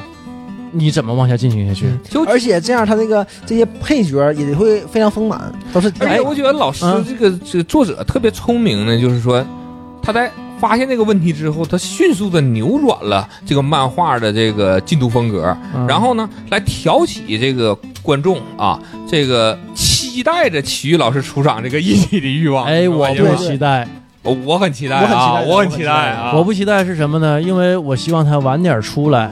Speaker 1: 你怎么往下进行下去？
Speaker 2: 就
Speaker 3: 而且这样他那个这些配角也会非常丰满，都是
Speaker 2: 而
Speaker 3: 哎
Speaker 2: 且我觉得老师
Speaker 1: 嗯
Speaker 2: 这个这个作者特别聪明呢，就是说他在发现这个问题之后，他迅速的扭转了这个漫画的这个进度风格，
Speaker 1: 嗯
Speaker 2: 然后呢，来挑起这个观众啊，这个期待着体育老师出场这个一集的欲望。
Speaker 1: 哎，我
Speaker 2: 你知道
Speaker 1: 不
Speaker 2: 吗
Speaker 3: 对
Speaker 1: 期待，
Speaker 2: 我我很期待
Speaker 3: 我很期
Speaker 2: 啊，
Speaker 3: 待
Speaker 2: 我
Speaker 3: 我很
Speaker 2: 期
Speaker 3: 期
Speaker 2: 待
Speaker 3: 待
Speaker 2: 啊，
Speaker 1: 我不期待是什么呢？因为我希望他晚点出来，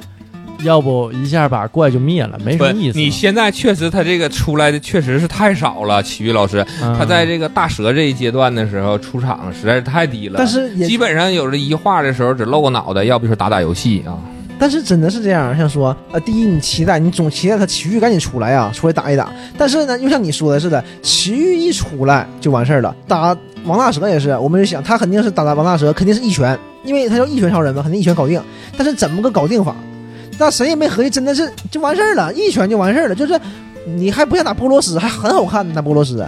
Speaker 1: 要不一下把怪就灭了，没什
Speaker 2: 不
Speaker 1: 么意思。
Speaker 2: 你现在确实，他这个出来的确实是太少了。体育老师，
Speaker 1: 嗯
Speaker 2: 他在这个大蛇这一阶段的时候出场实在是太低了，
Speaker 3: 但是也
Speaker 2: 基本上有着一画的时候只露个脑袋，要不就是打打游戏啊。
Speaker 3: 但是真的是这样，像说，呃，第一你期待，你总期待他奇遇赶紧出来呀、出来打一打。但是呢，又像你说的似的，奇遇一出来就完事儿了，打王大蛇也是，我们就想他肯定是打打王大蛇，肯定是一拳，因为他叫一拳超人嘛，肯定一拳搞定。但是怎么个搞定法？那谁也没合计，真的是就完事儿了，一拳就完事儿了，就是你还不像打波罗斯，还很好看的打波罗斯，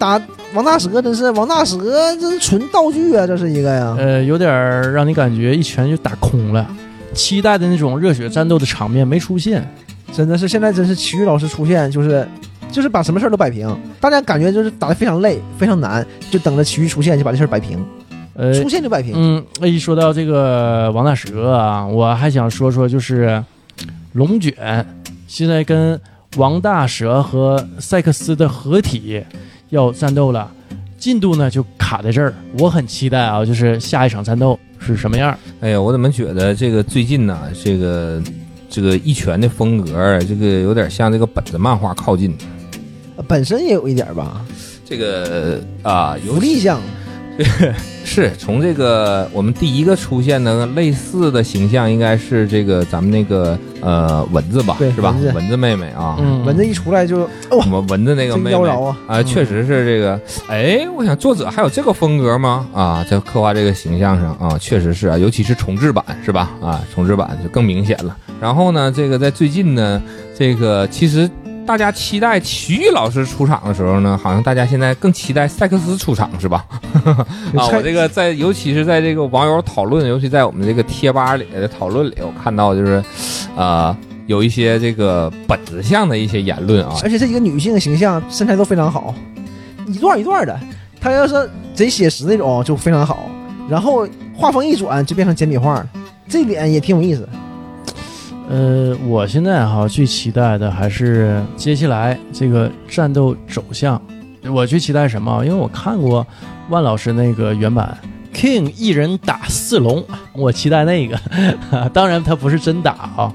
Speaker 3: 打王大蛇真是王大蛇，这是纯道具啊，这是一个呀。
Speaker 1: 呃，有点儿让你感觉一拳就打空了，期待的那种热血战斗的场面没出现。
Speaker 3: 真的是现在真是体育老师出现，就是就是把什么事儿都摆平，大家感觉就是打得非常累，非常难，就等着体育出现就把这事儿摆平，
Speaker 1: 呃，
Speaker 3: 出现就摆平。
Speaker 1: 嗯，那一说到这个王大蛇啊，我还想说说就是龙卷现在跟王大蛇和塞克斯的合体要战斗了，进度呢就卡在这儿，我很期待啊，就是下一场战斗是什么样儿？
Speaker 2: 哎呀，我怎么觉得这个最近呢、这个这个一拳的风格，这个有点向这个本子漫画靠近。嗯
Speaker 3: 本身也有一点吧，
Speaker 2: 这个啊，有
Speaker 3: 福利项
Speaker 2: 是从这个我们第一个出现的类似的形象，应该是这个咱们那个呃蚊子吧，
Speaker 3: 对
Speaker 2: 是吧？
Speaker 3: 蚊子
Speaker 2: 蚊子妹妹啊，
Speaker 1: 嗯，
Speaker 3: 蚊子一出来就
Speaker 2: 我们蚊子那个
Speaker 3: 真
Speaker 2: 妹
Speaker 3: 妖
Speaker 2: 妹
Speaker 3: 娆啊，
Speaker 2: 啊，确实是这个。哎，我想作者还有这个风格吗？啊，在刻画这个形象上啊，确实是啊，尤其是重置版是吧？啊，重置版就更明显了。然后呢，这个在最近呢，这个其实大家期待体育老师出场的时候呢，好像大家现在更期待塞克斯出场是吧？啊，我这个在，尤其是在这个网友讨论，尤其在我们这个贴吧里的讨论里，我看到就是，啊，有一些这个本子上的一些言论啊，
Speaker 3: 而且这一个女性的形象身材都非常好，一段一段的。她要是贼写实那种哦就非常好，然后画风一转就变成简笔画了，这点也挺有意思。
Speaker 1: 呃，我现在哈、最期待的还是接下来这个战斗走向。我最期待什么？因为我看过万老师那个原版，King 一人打四龙，我期待那个。 当然，他不是真打啊，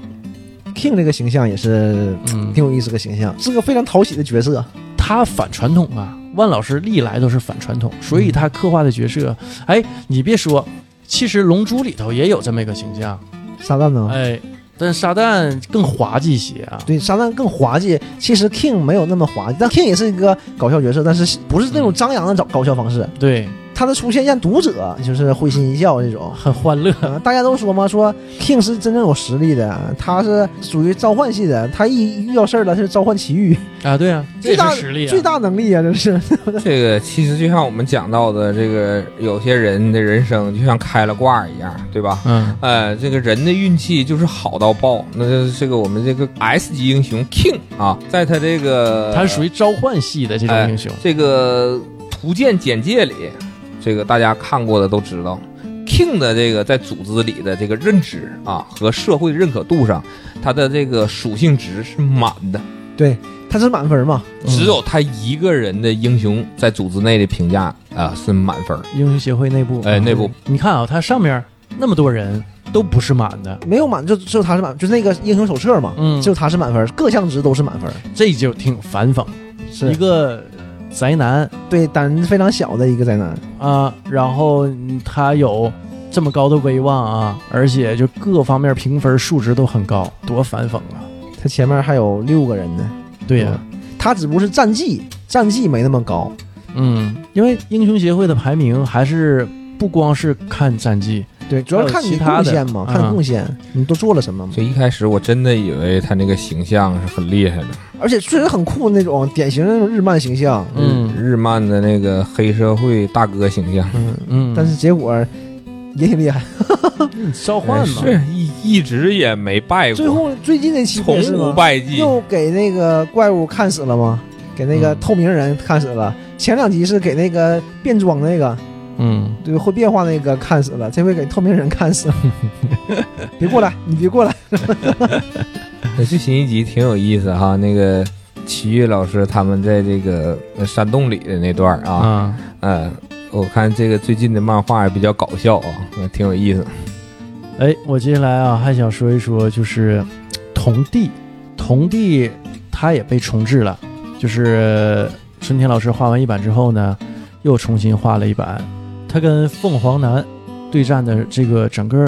Speaker 3: King 这个形象也是
Speaker 1: 嗯，
Speaker 3: 挺有意思个形象，是个非常讨喜的角色。
Speaker 1: 他反传统啊，万老师历来都是反传统，所以他刻画的角色，哎，你别说，其实《龙珠》里头也有这么一个形象，
Speaker 3: 撒旦呢？
Speaker 1: 哎，但是撒旦更滑稽一些啊。
Speaker 3: 对，撒旦更滑稽。其实 King 没有那么滑稽，但 King 也是一个搞笑角色，但是不是那种
Speaker 1: 嗯
Speaker 3: 张扬的搞搞笑方式。
Speaker 1: 对，
Speaker 3: 他的出现让读者就是会心一笑 这种。
Speaker 1: 很欢乐。
Speaker 3: 呃大家都说嘛，说 King 是真正有实力的，他是属于召唤系的，他一遇到事儿了，他就召唤奇遇，
Speaker 1: 啊，对啊，这
Speaker 3: 最
Speaker 1: 也
Speaker 3: 大
Speaker 1: 是实力啊，
Speaker 3: 最大能力啊，这是。
Speaker 2: 这个其实就像我们讲到的，这个有些人的人生就像开了挂儿一样，对吧？
Speaker 1: 嗯，
Speaker 2: 呃，这个人的运气就是好到爆。那就是这个我们这个 S 级英雄 King 啊，在他这个
Speaker 1: 他是属于召唤系的这种英雄，
Speaker 2: 这个图鉴简介里，这个大家看过的都知道，King 的这个在组织里的这个认知啊和社会认可度上，他的这个属性值是满的。
Speaker 3: 他是满分嘛？
Speaker 2: 只
Speaker 1: 嗯
Speaker 2: 有他一个人的英雄在组织内的评价啊、是满分儿，
Speaker 1: 英雄协会内部。
Speaker 2: 哎，内部
Speaker 1: 你看啊，他上面那么多人都不是满的，
Speaker 3: 没有满就只有他是满，就是那个英雄手册嘛，
Speaker 1: 嗯
Speaker 3: 只有他是满分，各项值都是满分，
Speaker 1: 这就挺反讽，
Speaker 3: 是
Speaker 1: 一个呃宅男
Speaker 3: 对胆非常小的一个宅男。
Speaker 1: 啊，然后嗯他有这么高的威望啊，而且就各方面评分数值都很高，多反讽啊！
Speaker 3: 他前面还有六个人呢，
Speaker 1: 对呀、
Speaker 3: 他只不过是战绩，战绩没那么高，
Speaker 1: 嗯，因为英雄协会的排名还是不光是看战绩，
Speaker 3: 对，主要是看
Speaker 1: 还有其
Speaker 3: 你
Speaker 1: 他的
Speaker 3: 贡献嘛，看
Speaker 1: 嗯
Speaker 3: 贡献，你都做了什么嘛。
Speaker 2: 就一开始我真的以为他那个形象是很厉害的，
Speaker 3: 而且确实很酷那种典型的那种日漫形象，
Speaker 1: 嗯
Speaker 2: 日漫的那个黑社会大哥形象，
Speaker 3: 嗯，
Speaker 1: 嗯，
Speaker 3: 但是结果也挺厉害，
Speaker 1: 召唤嘛，
Speaker 2: 是一一直也没败过，
Speaker 3: 最后最近那期不
Speaker 2: 从
Speaker 3: 也是
Speaker 2: 无
Speaker 3: 吗？
Speaker 2: 败绩。
Speaker 3: 又给那个怪物看死了吗？给那个
Speaker 1: 嗯
Speaker 3: 透明人看死了。前两集是给那个变装那个，
Speaker 1: 嗯，
Speaker 3: 对，会变化那个看死了，这回给透明人 看死了。别过来，你别过来。
Speaker 2: 这新一集挺有意思哈，那个齐豫老师他们在这个山洞里的那段儿啊，
Speaker 1: 啊，
Speaker 2: 嗯、我看这个最近的漫画也比较搞笑啊，呃挺有意思。
Speaker 1: 哎，我接下来啊还想说一说，就是嘖童帝，童帝他也被重置了，就是春天老师画完一版之后呢，又重新画了一版，他跟凤凰男对战的这个整个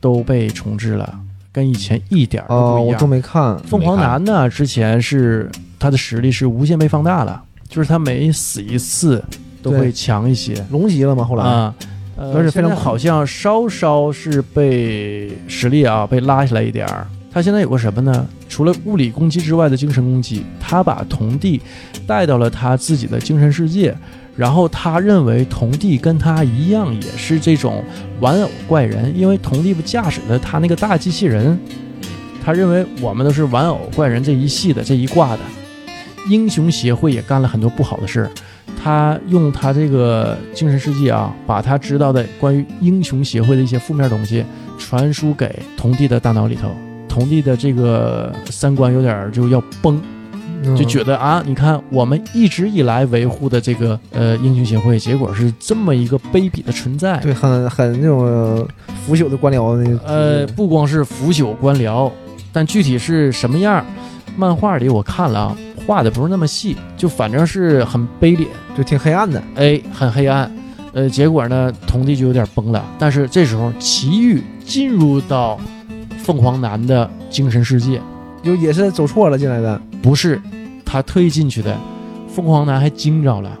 Speaker 1: 都被重置了，跟以前一点儿都不一
Speaker 3: 哦我
Speaker 1: 样。
Speaker 3: 都没看。
Speaker 1: 凤凰男呢，之前是他的实力是无限被放大了，就是他每死一次都
Speaker 3: 对
Speaker 1: 会强一些。
Speaker 3: 龙级了吗？后来、
Speaker 1: 啊，呃
Speaker 3: 而且非
Speaker 1: 现
Speaker 3: 常
Speaker 1: 在
Speaker 3: 酷
Speaker 1: 好像稍稍是被实力啊被拉下来一点儿，他现在有个什么呢？除了物理攻击之外的精神攻击，他把童弟带到了他自己的精神世界，然后他认为童弟跟他一样也是这种玩偶怪人，因为童弟不驾驶的他那个大机器人，他认为我们都是玩偶怪人这一系的这一挂的。英雄协会也干了很多不好的事儿，他用他这个精神世界啊，把他知道的关于英雄协会的一些负面东西传输给童弟的大脑里头，童弟的这个三观有点儿就要崩，
Speaker 3: 嗯
Speaker 1: 就觉得啊，你看我们一直以来维护的这个呃英雄协会，结果是这么一个卑鄙的存在。
Speaker 3: 对，很很那种腐朽的官僚那个。
Speaker 1: 呃，不光是腐朽官僚，但具体是什么样儿，漫画里我看了啊，画的不是那么细，就反正是很悲脸。
Speaker 3: 就挺黑暗的。
Speaker 1: 哎，很黑暗。呃，结果呢，童弟就有点崩了。但是这时候，祁煜进入到凤凰男的精神世界，
Speaker 3: 就也是走错了进来的，
Speaker 1: 不是他特意进去的。凤凰男还惊着了：“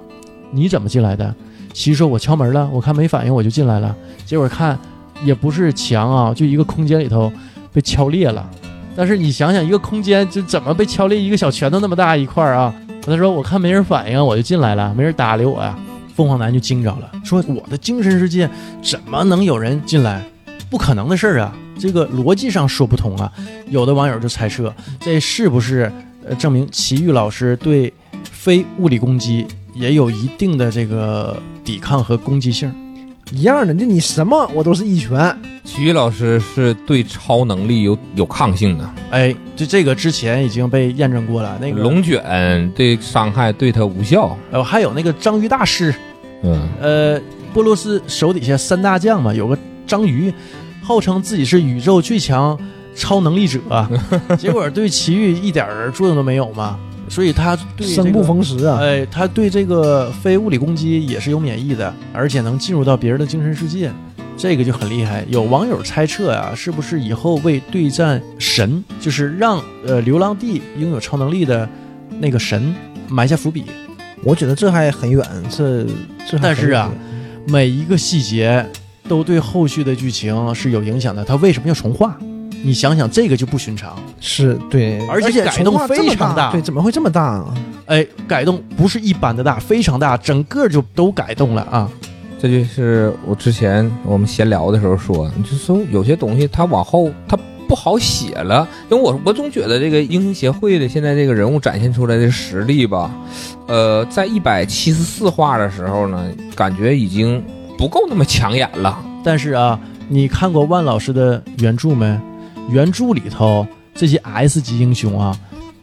Speaker 1: 你怎么进来的？”祁煜说：“我敲门了，我看没反应，我就进来了。结果看也不是墙啊，就一个空间里头被敲裂了。但是你想想，一个空间就怎么被敲裂一个小拳头那么大一块儿啊？”他说：“我看没人反应，我就进来了，没人搭理我呀、凤凰男就惊着了，说：“我的精神世界怎么能有人进来？不可能的事儿啊！这个逻辑上说不通啊！”有的网友就猜测，这是不是呃证明祁煜老师对非物理攻击也有一定的这个抵抗和攻击性？
Speaker 3: 一样的。就你什么我都是一拳，
Speaker 2: 体育老师是对超能力有有抗性的，
Speaker 1: 哎，就这个之前已经被验证过了。那个，
Speaker 2: 龙卷对伤害对他无效。
Speaker 1: 呃，还有那个章鱼大师，
Speaker 2: 嗯，
Speaker 1: 呃，波罗斯手底下三大将嘛，有个章鱼，号称自己是宇宙最强超能力者，啊结果对奇遇一点儿作用都没有嘛，所以他对、这个、
Speaker 3: 生不逢时啊。
Speaker 1: 哎，他对这个非物理攻击也是有免疫的，而且能进入到别人的精神世界，这个就很厉害。有网友猜测啊，是不是以后为对战神，就是让呃流浪地拥有超能力的那个神呃埋下伏笔？
Speaker 3: 我觉得这还很远，这这还很远
Speaker 1: 但是啊，每一个细节都对后续的剧情是有影响的。他为什么要重画？你想想，这个就不寻常。
Speaker 3: 是对，
Speaker 1: 而且
Speaker 3: 且
Speaker 1: 改动
Speaker 3: 重画这么
Speaker 1: 非常大
Speaker 3: 大，对，怎么会这么大啊？
Speaker 1: 哎，改动不是一般的大，非常大，整个就都改动了啊。
Speaker 2: 这就是我之前我们闲聊的时候说，你就说有些东西它往后它不好写了，因为我我总觉得这个英雄协会的现在这个人物展现出来的实力吧，呃，在一百七十四话的时候呢，感觉已经不够那么抢眼了。
Speaker 1: 但是啊，你看过万老师的原著没？原著里头这些 S 级英雄啊，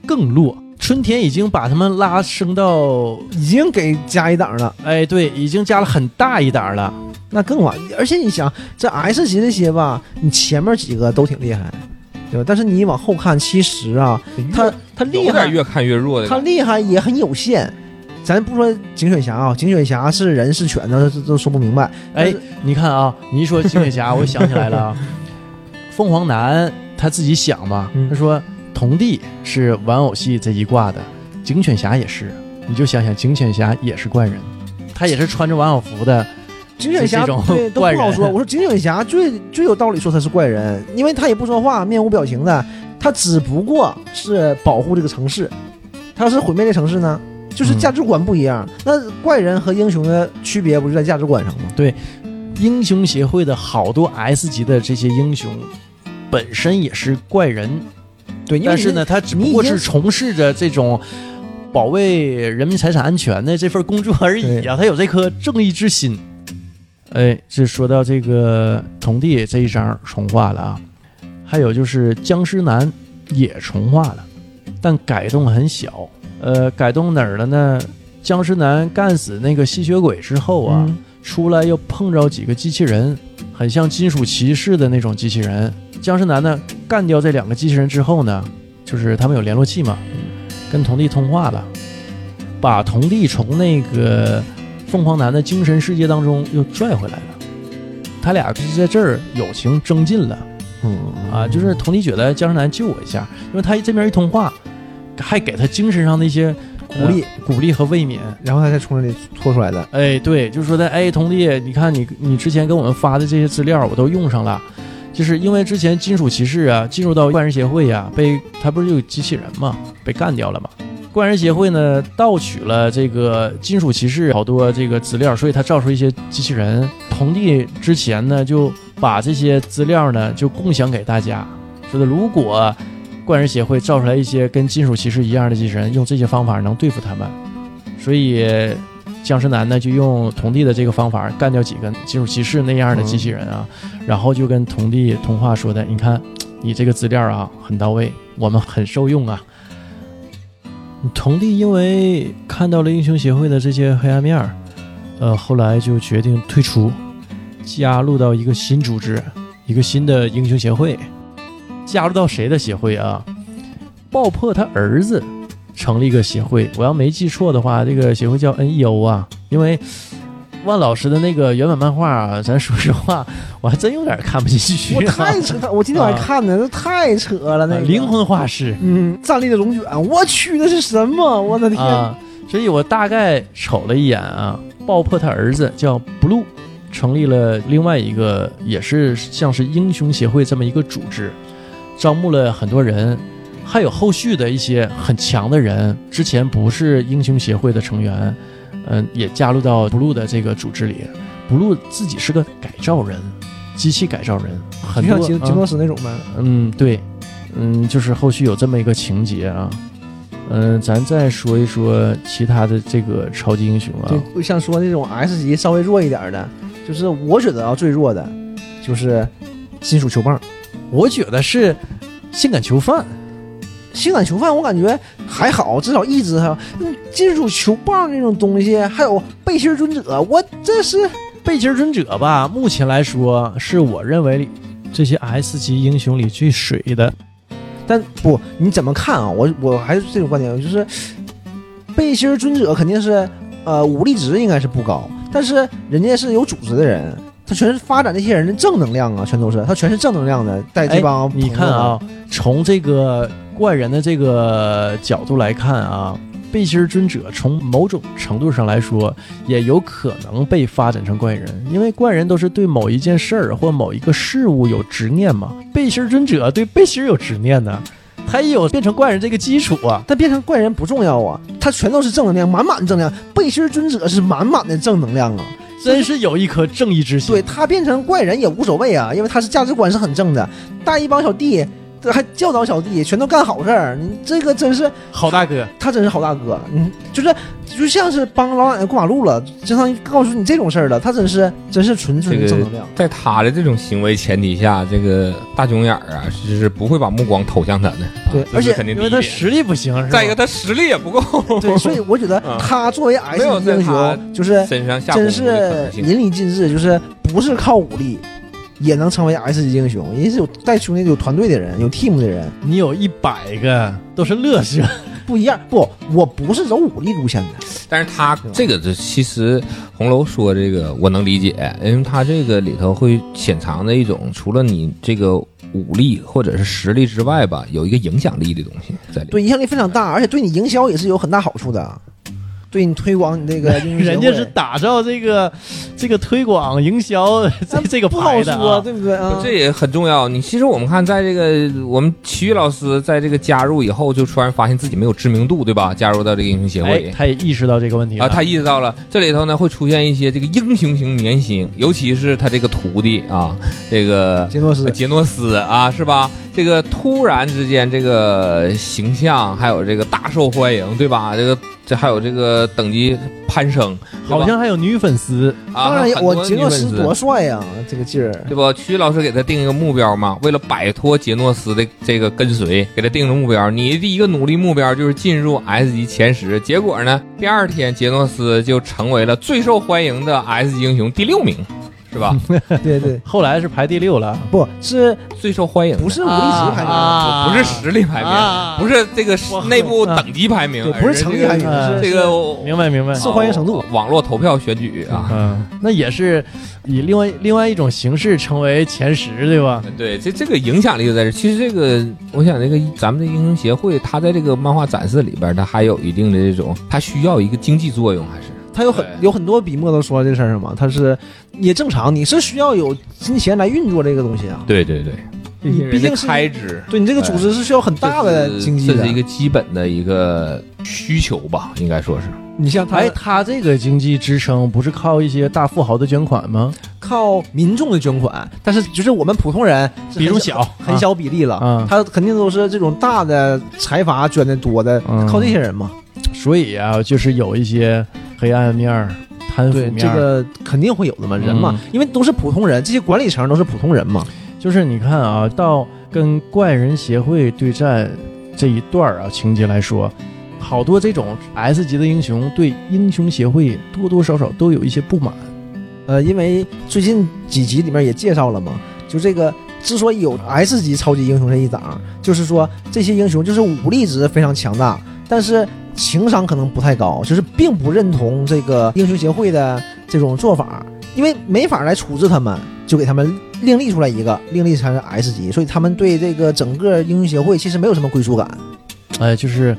Speaker 1: 更弱。春田已经把他们拉升到，
Speaker 3: 已经给加一档了，
Speaker 1: 哎，对，已经加了很大一档了。
Speaker 3: 那更晚。而且你想，这 S 级这些吧，你前面几个都挺厉害，对吧？但是你往后看，其实啊，他他厉
Speaker 2: 有点
Speaker 3: 害，
Speaker 2: 越看越弱的
Speaker 3: 他
Speaker 2: 感觉。
Speaker 3: 厉害也很有限。咱不说警犬侠啊，警犬侠是人是犬呢，这这都说不明白。
Speaker 1: 哎，你看啊，你一说金铁侠，我想起来了啊，凤凰男他自己想嘛，
Speaker 3: 嗯
Speaker 1: 他说童弟是玩偶系这一挂的，警犬侠也是，你就想想警犬侠也是怪人，他也是穿着玩偶服的，
Speaker 3: 警犬
Speaker 1: 是
Speaker 3: 侠
Speaker 1: 这种
Speaker 3: 对都
Speaker 1: 怪
Speaker 3: 不
Speaker 1: 人
Speaker 3: 好说。我说警犬侠最最有道理说他是怪人，因为他也不说话，面无表情的，他只不过是保护这个城市。他要是毁灭这城市呢，就是
Speaker 1: 嗯
Speaker 3: 价值观不一样。那怪人和英雄的区别不就在价值观上吗？
Speaker 1: 英雄协会的好多 S 级的这些英雄，本身也是怪人，
Speaker 3: 对，因为
Speaker 1: 但
Speaker 3: 你
Speaker 1: 是呢，，他只不
Speaker 3: 你已
Speaker 1: 过
Speaker 3: 经
Speaker 1: 是从事着这种保卫人民财产安全的这份工作而已啊，他有这颗正义之心。哎，这说到这个童弟这一章重画了啊，还有就是僵尸男也重画了，但改动很小。呃，改动哪儿了呢？僵尸男干死那个吸血鬼之后啊，
Speaker 3: 嗯
Speaker 1: 出来又碰着几个机器人，很像金属骑士的那种机器人。僵尸男呢干掉这两个机器人之后呢，就是他们有联络器嘛，跟童弟通话了，把童弟从那个凤凰男的精神世界当中又拽回来了。他俩就是在这儿友情增进了
Speaker 3: 嗯
Speaker 1: 啊，就是童弟觉得僵尸男救我一下，因为他这边一通话，还给他精神上的一些
Speaker 3: 嗯鼓励，
Speaker 1: 鼓励和慰勉。
Speaker 3: 然后他才从这里拖出来 的。
Speaker 1: 哎，对，就是说的，哎，童弟，你看你你之前给我们发的这些资料，我都用上了。就是因为之前金属骑士啊进入到怪人协会呀、被他不是有机器人嘛，被干掉了嘛。怪人协会呢盗取了这个金属骑士好多这个资料，所以他造出一些机器人。同地之前呢，就把这些资料呢就共享给大家，说的如果怪人协会造出来一些跟金属骑士一样的机器人，用这些方法能对付他们，所以僵尸男呢就用童弟的这个方法干掉几个金属骑士那样的机器人啊，然后就跟童弟通话说的，你看你这个资料啊很到位，我们很受用啊。童弟因为看到了英雄协会的这些黑暗面儿，呃，后来就决定退出，加入到一个新组织，一个新的英雄协会。加入到谁的协会啊？爆破他儿子成立一个协会，我要没记错的话，这个协会叫 NEO 啊。因为万老师的那个原版漫画、啊，咱说实话，我还真有点看不进去、啊。
Speaker 3: 我太扯淡，我今天晚上看的，那太扯了，那
Speaker 1: 啊
Speaker 3: 个
Speaker 1: 灵魂画师，
Speaker 3: 嗯，站立的龙卷，我去，那是什么？我的天！
Speaker 1: 啊，所以我大概瞅了一眼啊，爆破他儿子叫 Blue，成立了另外一个也是像是英雄协会这么一个组织，招募了很多人，还有后续的一些很强的人，之前不是英雄协会的成员，嗯、也加入到 Blue 的这个组织里。Blue 自己是个改造人，机器改造人，很多
Speaker 3: 就像杰杰
Speaker 1: 嗯
Speaker 3: 诺斯那种呗，
Speaker 1: 嗯，对，嗯，就是后续有这么一个情节啊。嗯、咱再说一说其他的这个超级英雄啊，
Speaker 3: 就像说那种 S 级稍微弱一点的，就是我觉得啊最弱的，就是金属球棒。
Speaker 1: 我觉得是性感囚犯，
Speaker 3: 性感囚犯，我感觉还好，至少一只哈。嗯金属球棒这种东西，还有背心儿尊者，我这是
Speaker 1: 贝吉尔尊者吧，目前来说是我认为这些 S 级英雄里最水的。
Speaker 3: 但不，你怎么看啊？我我还是这种观点，就是背心儿尊者肯定是，呃，武力值应该是不高，但是人家是有组织的人，他全是发展这些人的正能量啊，全都是，他全是正能量的，带这帮、
Speaker 1: 你看啊，，从这个怪人的这个角度来看啊，背心儿尊者从某种程度上来说，也有可能被发展成怪人，因为怪人都是对某一件事儿或某一个事物有执念嘛。背心儿尊者对背心儿有执念呢，他也有变成怪人这个基础啊。
Speaker 3: 但变成怪人不重要啊，他全都是正能量，满满的正能量。背心儿尊者是满满的正能量啊，
Speaker 1: 真是有一颗正义之心。
Speaker 3: 对啊他变成怪人也无所谓啊，因为他是价值观是很正的，带一帮小弟，这还教导小弟，全都干好事儿。你这个真是
Speaker 1: 好大哥，
Speaker 3: 他真是好大哥，嗯，就是就像是帮老奶奶过马路了，就相当于告诉你这种事儿了。他真是真是纯纯的正 能量。
Speaker 2: 在他的这种行为前提下，这个大囧眼儿啊，是是不会把目光投向他的。啊
Speaker 3: 对
Speaker 2: 这是
Speaker 3: 而且
Speaker 2: 肯定
Speaker 1: 因
Speaker 2: 第一
Speaker 1: 为他
Speaker 2: 点。
Speaker 1: 实力不行，是吧
Speaker 2: 再一个，他实力也不够，
Speaker 3: 对，所以我觉得
Speaker 2: 嗯
Speaker 3: 他作为 S
Speaker 2: 没有在
Speaker 3: 英
Speaker 2: 他
Speaker 3: 雄，就是
Speaker 2: 身上下功
Speaker 3: 真
Speaker 2: 夫的可
Speaker 3: 是
Speaker 2: 能性。
Speaker 3: 淋漓尽致，就是不是靠武力也能成为 S 级英雄，人家是有带兄弟、有团队的人，有 team 的人，
Speaker 1: 你有一百个都是乐色，
Speaker 3: 不一样。不，我不是走武力路线的。
Speaker 2: 但是他这个这其实红楼说这个我能理解，因为他这个里头会潜藏着一种除了你这个武力或者是实力之外吧，有一个影响力的东西在里面。
Speaker 3: 对影响力非常大，而且对你营销也是有很大好处的，对你推广你 这个英雄协
Speaker 1: 人
Speaker 3: 会
Speaker 1: 家是打造这个这个推广营 销这这个
Speaker 3: 不好
Speaker 1: 牌的、
Speaker 3: 说，
Speaker 1: 啊，
Speaker 3: 对不对啊？
Speaker 2: 这也很重要。你其实我们看，在这个我们体育老师在这个加入以后，就突然发现自己没有知名度，对吧？加入到这个英雄协会
Speaker 1: 哎，
Speaker 2: 里。
Speaker 1: 他也意识到这个问题了
Speaker 2: 啊，他意识到了这里头呢会出现一些这个英雄型明星，尤其是他这个徒弟啊，这个
Speaker 3: 杰诺斯
Speaker 2: 呃杰诺斯啊，是吧？这个突然之间这个形象，还有这个大受欢迎，对吧？这个这还有这个等级攀升，对吧
Speaker 1: 好像还有女粉丝，
Speaker 2: 啊，
Speaker 3: 当然
Speaker 2: 还有，
Speaker 3: 有
Speaker 2: 很
Speaker 3: 我
Speaker 2: 多
Speaker 3: 杰
Speaker 2: 女
Speaker 3: 诺
Speaker 2: 粉
Speaker 3: 斯
Speaker 2: 丝
Speaker 3: 多帅呀、这个劲 儿。
Speaker 2: 对不？曲艺老师给他定一个目标嘛，为了摆脱杰诺斯的这个跟随，给他定了目标。你第一个努力目标就是进入 S 级前十，结果呢，第二天杰诺斯就成为了最受欢迎的 S 级英雄第六名，是
Speaker 3: 嗯
Speaker 2: 吧？
Speaker 3: 对对，
Speaker 1: 后来是排第六了，
Speaker 3: 不是
Speaker 2: 最受欢迎的
Speaker 3: 不是武力值排名，
Speaker 1: 啊
Speaker 2: 不是实力排名，
Speaker 1: 啊
Speaker 2: 不是这个
Speaker 1: 我
Speaker 2: 内部等级排名，
Speaker 3: 对，
Speaker 2: 而
Speaker 3: 啊不是成绩
Speaker 2: 这个
Speaker 3: 排名，
Speaker 1: 呃
Speaker 3: 是
Speaker 2: 这个我
Speaker 1: 明白明白。
Speaker 3: 受欢迎程度
Speaker 2: 网络投票选举哦啊。
Speaker 1: 嗯，那也是以另外另外一种形式成为前十，对吧？
Speaker 2: 对，这这个影响力就在这儿。其实这个，我想这个咱们的英雄协会，它在这个漫画展示里边儿，它还有一定的这种，它需要一个经济作用，还是
Speaker 3: 他有很
Speaker 2: 对
Speaker 3: 有很多笔墨都说到这事儿上嘛，他是也正常，你是需要有金钱来运作这个东西啊，
Speaker 2: 对对对，
Speaker 3: 你毕
Speaker 2: 人的
Speaker 3: 竟是
Speaker 2: 开支。
Speaker 3: 对你这个组织是需要很大的
Speaker 2: 这是
Speaker 3: 经济
Speaker 2: 这
Speaker 3: 的
Speaker 2: 是一。个基本的一个需求吧，应该说是。
Speaker 3: 你像他
Speaker 1: 哎，他这个经济支撑不是靠一些大富豪的捐款吗？
Speaker 3: 靠民众的捐款，但是就是我们普通人是很
Speaker 1: 比如小
Speaker 3: 很小比例了，
Speaker 1: 啊
Speaker 3: 他肯定都是这种大的财阀捐的多的，
Speaker 1: 嗯
Speaker 3: 靠这些人嘛。
Speaker 1: 所以啊，就是有一些黑暗面儿、贪腐
Speaker 3: 对，
Speaker 1: 面
Speaker 3: 这
Speaker 1: 儿，嗯
Speaker 3: 个肯定会有的嘛，人嘛，因为都是普通人，这些管理层都是普通人嘛。
Speaker 1: 就是你看啊，到跟怪人协会对战这一段儿啊情节来说，好多这种 S 级的英雄对英雄协会多多少少都有一些不满。
Speaker 3: 呃，因为最近几集里面也介绍了嘛，就这个之所以有 S 级超级英雄这一档，就是说这些英雄就是武力值非常强大，但是情商可能不太高，就是并不认同这个英雄协会的这种做法，因为没法来处置他们，就给他们另立出来一个，另立才是 S 级，所以他们对这个整个英雄协会其实没有什么归属感。
Speaker 1: 哎，就是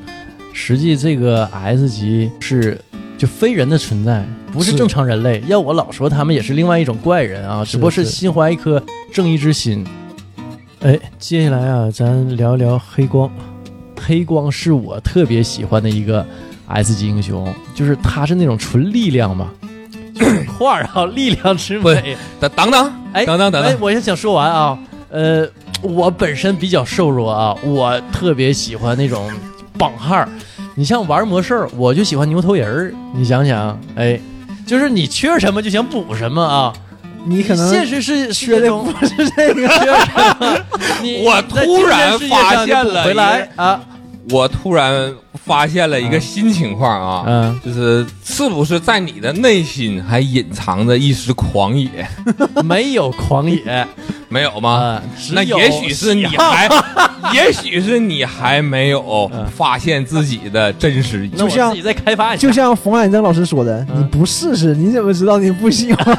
Speaker 1: 实际这个 S 级是就非人的存在，不是
Speaker 3: 是
Speaker 1: 正常人类。要我老说他们也是另外一种怪人啊，只不过是
Speaker 3: 是
Speaker 1: 心怀一颗正义之心。哎，接下来啊，咱聊聊黑光。黑光是我特别喜欢的一个 S 级英雄，就是他是那种纯力量嘛，就是 画儿啊，力量之美。
Speaker 2: 等等等，
Speaker 1: 哎
Speaker 2: 等等等
Speaker 1: 哎
Speaker 2: 等，，
Speaker 1: 我也想说完啊，呃，我本身比较瘦弱啊，我特别喜欢那种绑汉儿。你像玩魔兽，我就喜欢牛头人儿。你想想，哎，就是你缺什么就想补什么啊。
Speaker 3: 你可能
Speaker 1: 现实是
Speaker 3: 缺的
Speaker 1: 不是这个，缺什么 你
Speaker 2: 我
Speaker 1: 在
Speaker 2: 突然
Speaker 1: 精神世界上
Speaker 2: 发现
Speaker 1: 就补
Speaker 2: 了
Speaker 1: 回
Speaker 2: 一
Speaker 1: 来啊，
Speaker 2: 我突然发现了一个新情况啊，
Speaker 1: 嗯，
Speaker 2: 就是是不是在你的内心还隐藏着一丝狂野？
Speaker 1: 没有狂野
Speaker 2: 没有吗？
Speaker 1: 啊，只
Speaker 2: 那
Speaker 1: 有
Speaker 2: 也许是你还， 也许是你还没有
Speaker 1: 嗯
Speaker 2: 发现自己的真实意
Speaker 1: 那我
Speaker 3: 就像
Speaker 1: 自己再开发一下，
Speaker 3: 就像冯远征老师说的，
Speaker 1: 嗯
Speaker 3: 你不试试你怎么知道你不喜 欢？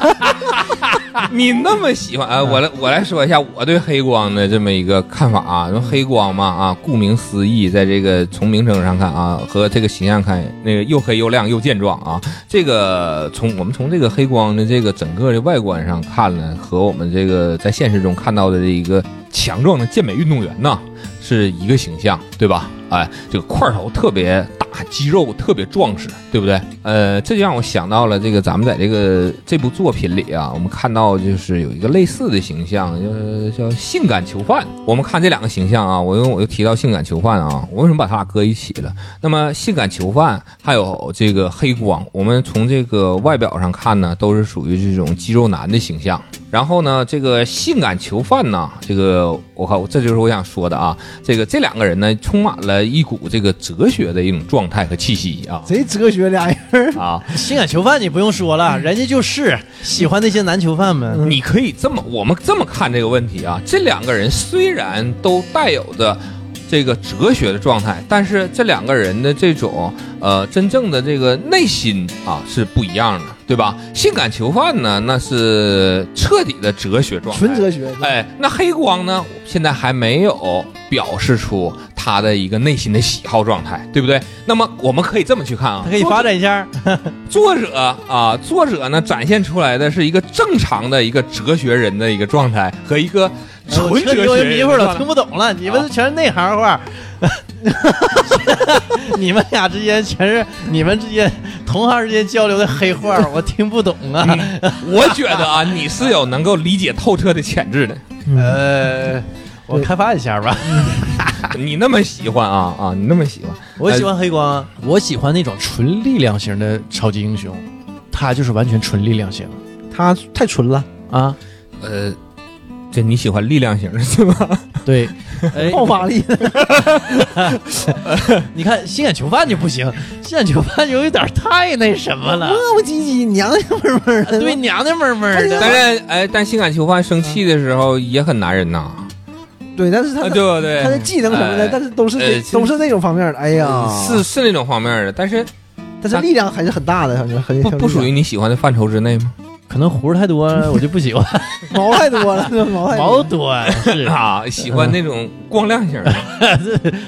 Speaker 2: 你那么喜欢啊？我来我来说一下我对黑光的这么一个看法啊。因为黑光嘛啊，顾名思义，在这个从名称上看啊，和这个形象看，那个又黑又亮又健壮啊。这个从我们从这个黑光的这个整个的外观上看呢，和我们这个在现实中看到的这一个强壮的健美运动员呢，是一个形象，对吧？哎，这个块头特别大，肌肉特别壮实，对不对？呃，这就让我想到了这个咱们在这个这部作品里啊，我们看到就是有一个类似的形象，就是叫性感囚犯。我们看这两个形象啊，我因为我又提到性感囚犯啊，我为什么把他俩搁一起了？那么性感囚犯还有这个黑光，我们从这个外表上看呢，都是属于这种肌肉男的形象。然后呢，这个性感囚犯呢，这个我靠，这就是我想说的啊。这个这两个人呢，充满了一股这个哲学的一种状态和气息啊
Speaker 3: 贼哲学俩 人。
Speaker 2: 啊！
Speaker 1: 性感囚犯你不用说了，
Speaker 3: 嗯
Speaker 1: 人家就是喜欢那些男囚犯们。
Speaker 2: 你可以这么，我们这么看这个问题啊。这两个人虽然都带有着这个哲学的状态，但是这两个人的这种呃真正的这个内心啊是不一样的，对吧？性感囚犯呢，那是彻底的哲学状态，
Speaker 3: 纯哲学。
Speaker 2: 哎，那黑光呢？现在还没有表示出他的一个内心的喜好状态，对不对？那么我们可以这么去看啊
Speaker 1: 他，可以发展一下，
Speaker 2: 作者啊，作者呢展现出来的是一个正常的一个哲学人的一个状态和一个
Speaker 1: 我
Speaker 2: 纯
Speaker 1: 彻底
Speaker 2: 哲学
Speaker 1: 又
Speaker 2: 人
Speaker 1: 迷
Speaker 2: 的
Speaker 1: 糊了，
Speaker 2: 状
Speaker 1: 我
Speaker 2: 态
Speaker 1: 听。不懂了。你们全是内行话， 你们俩之间全是你们之间同行之间交流的黑话，我听不懂啊。
Speaker 2: 我觉得啊，你是有能够理解透彻的潜质的。
Speaker 1: 呃，我开发一下吧。
Speaker 2: 你那么喜欢啊啊，你那么喜欢，
Speaker 1: 呃我喜欢黑光啊，我喜欢那种纯力量型的超级英雄，他就是完全纯力量型
Speaker 3: 他太纯了，
Speaker 1: 啊。
Speaker 2: 呃，这你喜欢力量型的是吧？
Speaker 1: 对， 哎，
Speaker 3: 爆发力。
Speaker 1: 你看性感囚犯就不行，性感囚犯有一点太那什么
Speaker 2: 哎
Speaker 1: 了。
Speaker 3: 磨磨唧唧，娘娘们儿们儿的。
Speaker 1: 对，，娘娘们们的，
Speaker 2: 但是哎，但性感囚犯生气的时候也很男人呐，
Speaker 3: 对，但是他
Speaker 2: 啊，
Speaker 3: 的
Speaker 2: 对不对？
Speaker 3: 他的技能什么的
Speaker 2: 哎，
Speaker 3: 但是都是
Speaker 2: 呃
Speaker 3: 这
Speaker 2: 其实嗯
Speaker 3: 都是那种方面的。哎呀，
Speaker 2: 是，是那种方面的，但是
Speaker 3: 但是力量还是很大的，感觉很
Speaker 2: 不不属于你喜欢的范畴之内吗？
Speaker 1: 可能活儿太多，我就不喜欢
Speaker 3: 毛太 多了，这毛太多
Speaker 1: 毛
Speaker 3: 了。
Speaker 1: 多是
Speaker 2: 啊，喜欢那种光亮型 的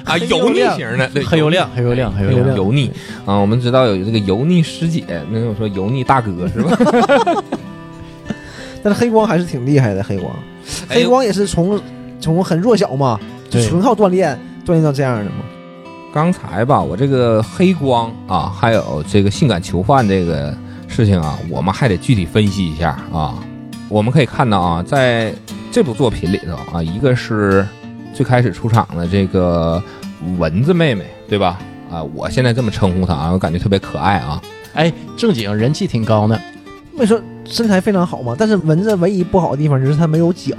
Speaker 2: 啊，油腻型的，对，哎
Speaker 1: 很有量，很有量，很
Speaker 2: 油
Speaker 1: 有
Speaker 2: 腻。
Speaker 1: 量。
Speaker 2: 油腻啊，我们知道有这个油腻师姐，那种说油腻大哥是 吧？
Speaker 3: 但是黑光还是挺厉害的，黑光，
Speaker 2: 哎
Speaker 3: 黑，光也是从从很弱小嘛，就
Speaker 1: 对
Speaker 3: 纯靠锻炼锻炼到这样的嘛。
Speaker 2: 刚才吧，我这个黑光啊，还有这个性感囚犯这个事情啊，我们还得具体分析一下啊。我们可以看到啊，在这部作品里头啊，一个是最开始出场的这个蚊子妹妹，对吧？啊，我现在这么称呼她啊，我感觉特别可爱啊。
Speaker 1: 哎，正经人气挺高呢。
Speaker 3: 没说身材非常好嘛，但是蚊子唯一不好的地方就是它没有脚，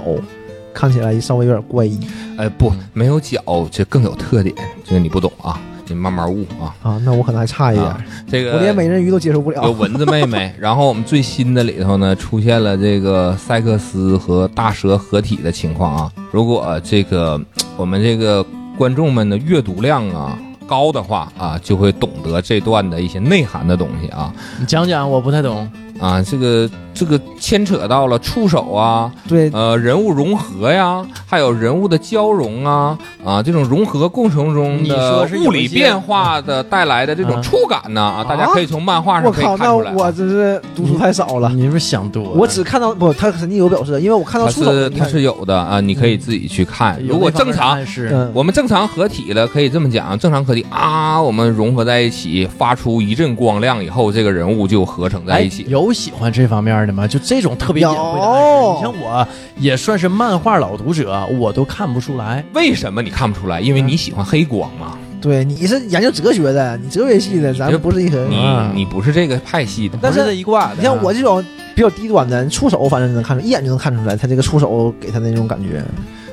Speaker 3: 看起来稍微有点怪异
Speaker 2: 哎，不，没有脚，这更有特点，这个你不懂啊，你慢慢悟啊。
Speaker 3: 啊。那我可能还差一点，
Speaker 2: 啊这个
Speaker 3: 我连美人鱼都接受不
Speaker 2: 有
Speaker 3: 了。
Speaker 2: 蚊子妹妹，然后我们最新的里头呢，出现了这个塞克斯和大蛇合体的情况啊。如果、呃这个我们这个观众们的阅读量啊高的话啊，就会懂得这段的一些内涵的东西啊
Speaker 1: 你讲讲，我不太懂。
Speaker 2: 啊，这个这个牵扯到了触手啊，
Speaker 3: 对，
Speaker 2: 呃人物融合呀，还有人物的交融啊啊这种融合过程中
Speaker 1: 你
Speaker 2: 的
Speaker 1: 说是有一些
Speaker 2: 物理变化的带来的这种
Speaker 1: 嗯
Speaker 2: 触感呢啊，大家
Speaker 3: 啊
Speaker 2: 可以从漫画
Speaker 3: 我
Speaker 2: 上可以
Speaker 3: 靠，
Speaker 2: 看
Speaker 3: 那
Speaker 2: 出来啊。嗯
Speaker 3: 我真是读书太少了。
Speaker 1: 你是不是想多了？
Speaker 3: 我只看到不，他肯定有表示，因为我看到
Speaker 2: 它
Speaker 3: 触手
Speaker 2: 是
Speaker 3: 的地
Speaker 2: 它
Speaker 3: 方，
Speaker 2: 是有的啊，你可以自己去看。
Speaker 1: 嗯有
Speaker 2: 如果
Speaker 1: 那方
Speaker 2: 正
Speaker 1: 面
Speaker 2: 常，
Speaker 1: 暗示
Speaker 3: 嗯，
Speaker 2: 我们正常合体了，可以这么讲，正常合体啊，我们融合在一起，发出一阵光亮以后，这个人物就合成在一
Speaker 1: 哎
Speaker 2: 起。
Speaker 1: 有喜欢这方面的吗？就这种特别隐晦的暗示，
Speaker 3: 有
Speaker 1: 你像我也算是漫画老读者，我都看不出来。
Speaker 2: 为什么你看不出来？因为你喜欢黑光嘛，
Speaker 3: 对，你是研究哲学的，你哲学系的，咱
Speaker 2: 你这
Speaker 3: 们不是一个。
Speaker 2: 你
Speaker 1: 嗯
Speaker 2: 你不是这个派系的。
Speaker 3: 但是
Speaker 1: 不这一挂的，啊
Speaker 3: 你像我这种比较低端的，触手反正能看出，一眼就能看出来，他这个触手给他那种感觉。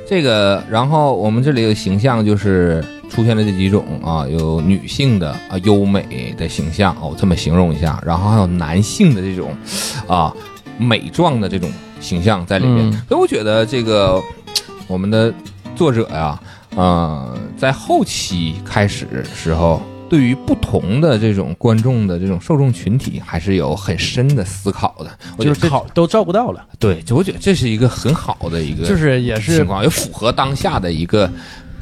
Speaker 2: 这个，然后我们这里的形象就是出现了这几种啊，有女性的啊优美的形象哦，我这么形容一下，然后还有男性的这种啊美壮的这种形象在里面，
Speaker 1: 嗯
Speaker 2: 所以我觉得这个我们的作者呀、呃，在后期开始时候。对于不同的这种观众的这种受众群体，还是有很深的思考的。我觉
Speaker 1: 就
Speaker 2: 得
Speaker 1: 是
Speaker 2: 这
Speaker 1: 考都照顾到了，
Speaker 2: 对，就我觉得这是一个很好的一个
Speaker 1: 就是也是
Speaker 2: 情况，也符合当下的一个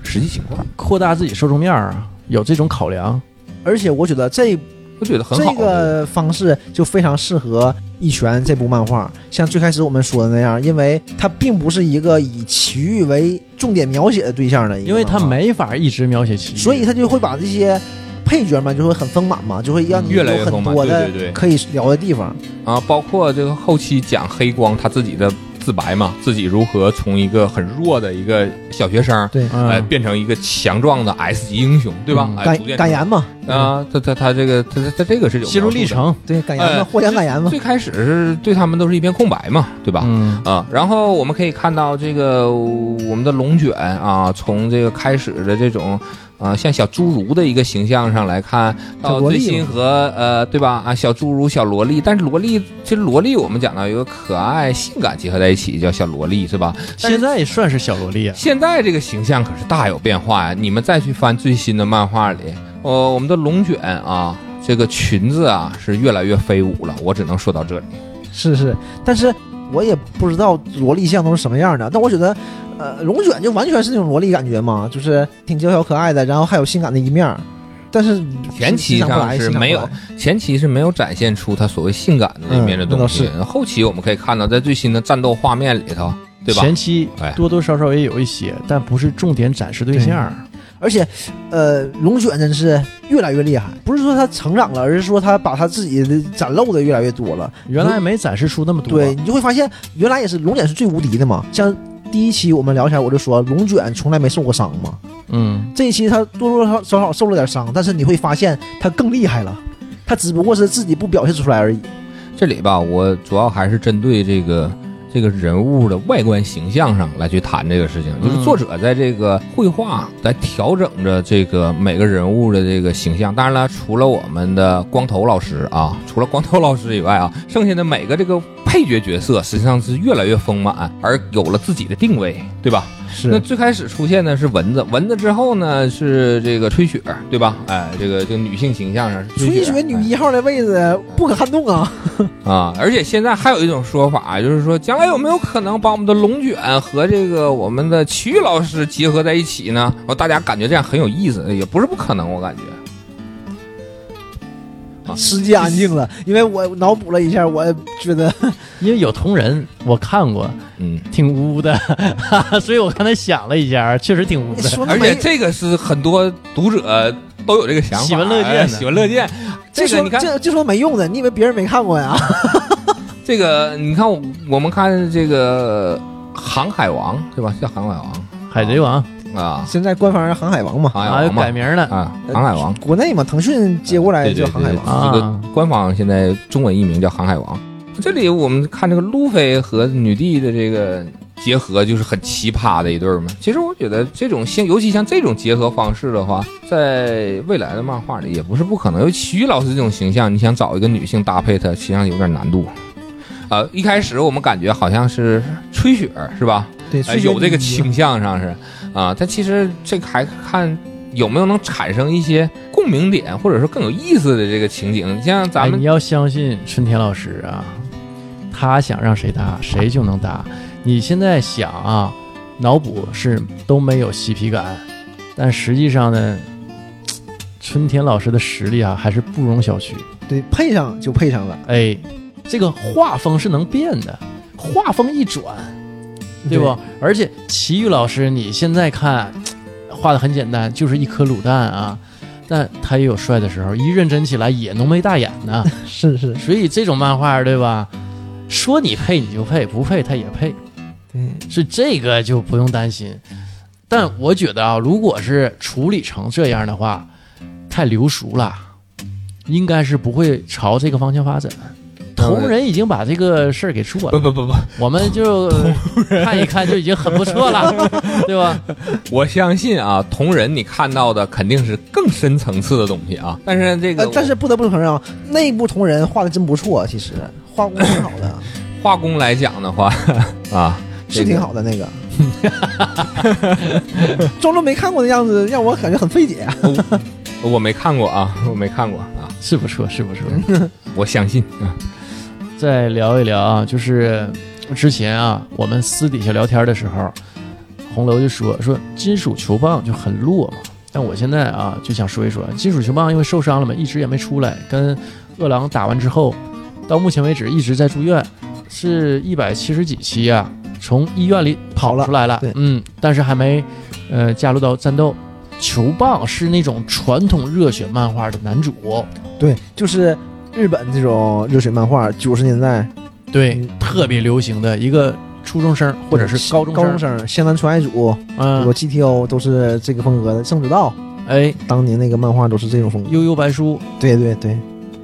Speaker 2: 实际情况，
Speaker 1: 扩大自己受众面儿啊，有这种考量。
Speaker 3: 而且我觉得这
Speaker 2: 我觉得很好。
Speaker 3: 这个方式就非常适合《一拳》这部漫画，像最开始我们说的那样，因为它并不是一个以奇遇为重点描写的对象的一个漫画，
Speaker 1: 因为他没法一直描写
Speaker 2: 嗯
Speaker 1: 奇遇，
Speaker 3: 所以他就会把这些配角们就会很丰满嘛，就会让你
Speaker 2: 越来越
Speaker 3: 有
Speaker 2: 丰
Speaker 3: 很
Speaker 2: 满
Speaker 3: 多
Speaker 2: 对
Speaker 3: 的
Speaker 2: 对对
Speaker 3: 可以聊的地方。
Speaker 2: 啊，包括这个后期讲黑光他自己的自白嘛，自己如何从一个很弱的一个小学生，
Speaker 3: 对
Speaker 1: 嗯
Speaker 2: 哎、变成一个强壮的 S 级英雄，对吧？
Speaker 1: 嗯
Speaker 2: 哎
Speaker 3: 感
Speaker 2: 逐渐
Speaker 3: 感言嘛，
Speaker 2: 啊，他他他这个他他他这个是有
Speaker 1: 心路历
Speaker 2: 描述
Speaker 1: 程，
Speaker 3: 对感言
Speaker 2: 哎
Speaker 3: 嘛，获奖感言
Speaker 2: 的。
Speaker 3: 嘛，
Speaker 2: 最开始是对他们都是一片空白嘛，对吧？
Speaker 1: 嗯，
Speaker 2: 啊，然后我们可以看到这个我们的龙卷啊，从这个开始的这种啊，像小侏儒的一个形象上来看，到
Speaker 3: 小萝
Speaker 2: 最
Speaker 3: 莉
Speaker 2: 新
Speaker 3: 嘛
Speaker 2: 和呃，对吧？啊，小侏儒、小萝莉，但是萝莉其实萝莉我们讲到有个可爱、性感结合在一起叫小萝莉，是吧？但是
Speaker 1: 现在也算是小萝莉啊，
Speaker 2: 现在这个形象可是大有变化呀！你们再去翻最新的漫画里，呃，我们的龙卷啊，这个裙子啊是越来越飞舞了。我只能说到这里。
Speaker 3: 是是，但是我也不知道萝莉像都是什么样的，但我觉得。呃，龙卷就完全是那种萝莉感觉嘛，就是挺娇小可爱的，然后还有性感的一面儿，但是
Speaker 2: 前期
Speaker 3: 欣赏不
Speaker 2: 上是
Speaker 3: 来欣赏不
Speaker 2: 没有
Speaker 3: 来
Speaker 2: 前期是没有展现出他所谓性感的那面的东西，
Speaker 3: 嗯那
Speaker 2: 后期我们可以看到，在最新的战斗画面里头，对吧？
Speaker 1: 前期
Speaker 2: 哎
Speaker 1: 多多少少也有一些，但不是重点展示对象儿。
Speaker 3: 而且，呃，龙卷真是越来越厉害，不是说他成长了，而是说他把他自己的展露的越来越多了。
Speaker 1: 原来没展示出那么多，
Speaker 3: 对，你就会发现，原来也是龙卷是最无敌的嘛。像第一期我们聊起来，我就说龙卷从来没受过伤嘛。
Speaker 1: 嗯，
Speaker 3: 这一期他多多少少受了点伤，但是你会发现他更厉害了，他只不过是自己不表现出来而已。
Speaker 2: 这里吧，我主要还是针对这个这个人物的外观形象上来去谈这个事情。就是
Speaker 1: 嗯
Speaker 2: 作者在这个绘画在调整着这个每个人物的这个形象。 当然了，除了我们的光头老师啊，除了光头老师以外啊，剩下的每个这个配角角色实际上是越来越丰满，而有了自己的定位，对吧？那
Speaker 3: 是
Speaker 2: 最开始出现的是蚊子，蚊子之后呢是这个吹雪，对吧？哎，这个这个女性形象上是
Speaker 3: 吹
Speaker 2: 雪
Speaker 3: 雪女一号的位置不可撼动 啊！
Speaker 2: 哎啊。而且现在还有一种说法，啊就是说将来有没有可能把我们的龙卷和这个我们的齐豫老师结合在一起呢？哦，大家感觉这样很有意思，也不是不可能，我感觉。啊
Speaker 3: 世界安静了，因为我脑补了一下，我觉 得
Speaker 1: 因为有同人我看过，
Speaker 2: 嗯，
Speaker 1: 挺污的， 哈哈，所以我刚才想了一下，确实挺污的。
Speaker 3: 哎说那
Speaker 2: 而且
Speaker 3: 没
Speaker 2: 这个是很多读者都有这个想法，
Speaker 1: 喜闻乐见的
Speaker 2: 哎喜闻乐见。这个
Speaker 3: 说
Speaker 2: 你看，
Speaker 3: 嗯这这说没用的，你以为别人没看过呀？
Speaker 2: 这个你看我，我们看这个《航海王》对吧？叫《航海王
Speaker 1: 海贼王》
Speaker 2: 啊，
Speaker 3: 现在官方是航海王
Speaker 2: 《
Speaker 3: 嘛，
Speaker 2: 航海
Speaker 1: 啊，
Speaker 2: 王
Speaker 1: 又》
Speaker 2: 嘛
Speaker 1: 改，名了
Speaker 2: 啊，《航海王》
Speaker 3: 国内嘛，腾讯接过来
Speaker 2: 对
Speaker 3: 就
Speaker 2: 对
Speaker 3: 航海
Speaker 2: 对
Speaker 3: 王。
Speaker 2: 这个
Speaker 1: 啊。
Speaker 2: 官方现在中文译名叫《航海王》。这里我们看这个路飞和女帝的这个结合，就是很奇葩的一对儿嘛。其实我觉得这种像，尤其像这种结合方式的话，在未来的漫画里也不是不可能。因为齐豫老师这种形象，你想找一个女性搭配她，实际上有点难度。啊，一开始我们感觉好像是吹雪儿是吧？
Speaker 3: 对
Speaker 2: 哎，有这个倾向上是啊，但其实这个还看有没有能产生一些共鸣点，或者说更有意思的这个情景。你像咱
Speaker 1: 哎
Speaker 2: 们
Speaker 1: 你要相信春天老师啊，他想让谁搭谁就能搭。你现在想啊，脑补是都没有嬉皮感，但实际上呢，春天老师的实力啊还是不容小觑。
Speaker 3: 对，配上就配上了，
Speaker 1: 哎，这个画风是能变的，画风一转，对不？而且齐豫老师，你现在看画的很简单，就是一颗卤蛋啊，但他也有帅的时候，一认真起来也浓眉大眼呢。
Speaker 3: 对？是是，
Speaker 1: 所以这种漫画，对吧？说你配你就配，不配他也配，
Speaker 3: 对，
Speaker 1: 是这个就不用担心。但我觉得啊，如果是处理成这样的话，太流俗了，应该是不会朝这个方向发展。同人已经把这个事儿给做
Speaker 2: 不
Speaker 1: 了，
Speaker 2: 不不不，
Speaker 1: 我们就看一看就已经很不错了，对吧？
Speaker 2: 我相信啊，同人你看到的肯定是更深层次的东西啊。但是这个
Speaker 3: 呃
Speaker 2: 我，
Speaker 3: 但是不得不承认啊，内部同人画的真不错，其实画工挺好 的，
Speaker 2: 画工来讲的话 啊，
Speaker 3: 是挺好的那个。 装作没看过的样子，让我感觉很费解。啊
Speaker 2: 我没看过啊，我没看过啊，
Speaker 1: 是不错，是不错。
Speaker 2: 我相信啊，
Speaker 1: 再聊一聊啊，就是之前啊，我们私底下聊天的时候，红楼就说说金属球棒就很弱嘛。但我现在啊，就想说一说金属球棒，因为受伤了嘛，一直也没出来。跟饿狼打完之后，到目前为止一直在住院，是一百七十几期啊，从医院里跑出来了。
Speaker 3: 对
Speaker 1: 嗯，但是还没呃加入到战斗。球棒是那种传统热血漫画的男主，
Speaker 3: 对，就是日本这种热血漫画，九十年代
Speaker 1: 对
Speaker 3: 嗯
Speaker 1: 特别流行的一个初中生或者是高中
Speaker 3: 高中
Speaker 1: 生，
Speaker 3: 生湘南纯爱组、
Speaker 1: 嗯
Speaker 3: 我，GTO 都是这个风格的，圣子道
Speaker 1: 哎，
Speaker 3: 当年那个漫画都是这种风格。
Speaker 1: 悠悠白书
Speaker 3: 对对对，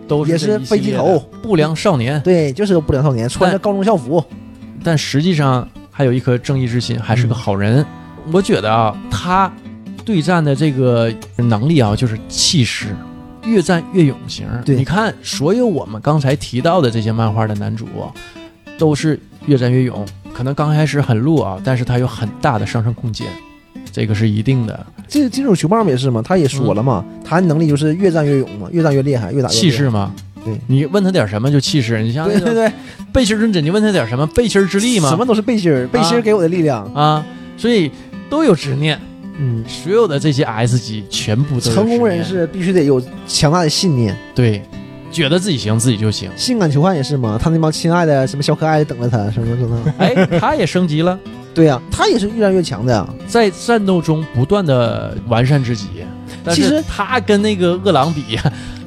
Speaker 1: 都是
Speaker 3: 也
Speaker 1: 这
Speaker 3: 是
Speaker 1: 一系
Speaker 3: 飞机
Speaker 1: 列的
Speaker 3: 头，
Speaker 1: 不良少年，
Speaker 3: 哦对，就是有不良少年穿着高中校服，
Speaker 1: 但实际上还有一颗正义之心，还是
Speaker 3: 嗯
Speaker 1: 个好人。我觉得啊，他对战的这个能力啊，就是气势。越战越勇型。
Speaker 3: 对
Speaker 1: 你看，所有我们刚才提到的这些漫画的男主啊，都是越战越勇。可能刚开始很弱啊，但是他有很大的上升空间，这个是一定的。
Speaker 3: 这个金属球棒不也是吗？他也说了嘛，他能力就是越战越勇嘛，越战越厉害，越打越
Speaker 1: 嗯气
Speaker 3: 厉害。
Speaker 1: 势嘛。
Speaker 3: 对
Speaker 1: 你问他点什么就气势，你像
Speaker 3: 对
Speaker 1: 那
Speaker 3: 对
Speaker 1: 个
Speaker 3: 对，
Speaker 1: 背心儿尊者，你问他点什么背心儿之力嘛，
Speaker 3: 什么都是背心儿，背心儿给我的力量。
Speaker 1: 啊，所以都有执念，
Speaker 3: 嗯，
Speaker 1: 所有的这些 S 级全部都有
Speaker 3: 成
Speaker 1: 执
Speaker 3: 功
Speaker 1: 念
Speaker 3: 人士必须得有强大的信念，
Speaker 1: 对，觉得自己行自己就行。
Speaker 3: 性感囚犯也是嘛，他那帮亲爱的什么小可爱等着他，什么 什么，
Speaker 1: 哎，他也升级了，
Speaker 3: 对呀、他也是越战越强的呀、
Speaker 1: 在战斗中不断的完善自己。但
Speaker 3: 其
Speaker 1: 是
Speaker 3: 实
Speaker 1: 他跟那个饿狼比，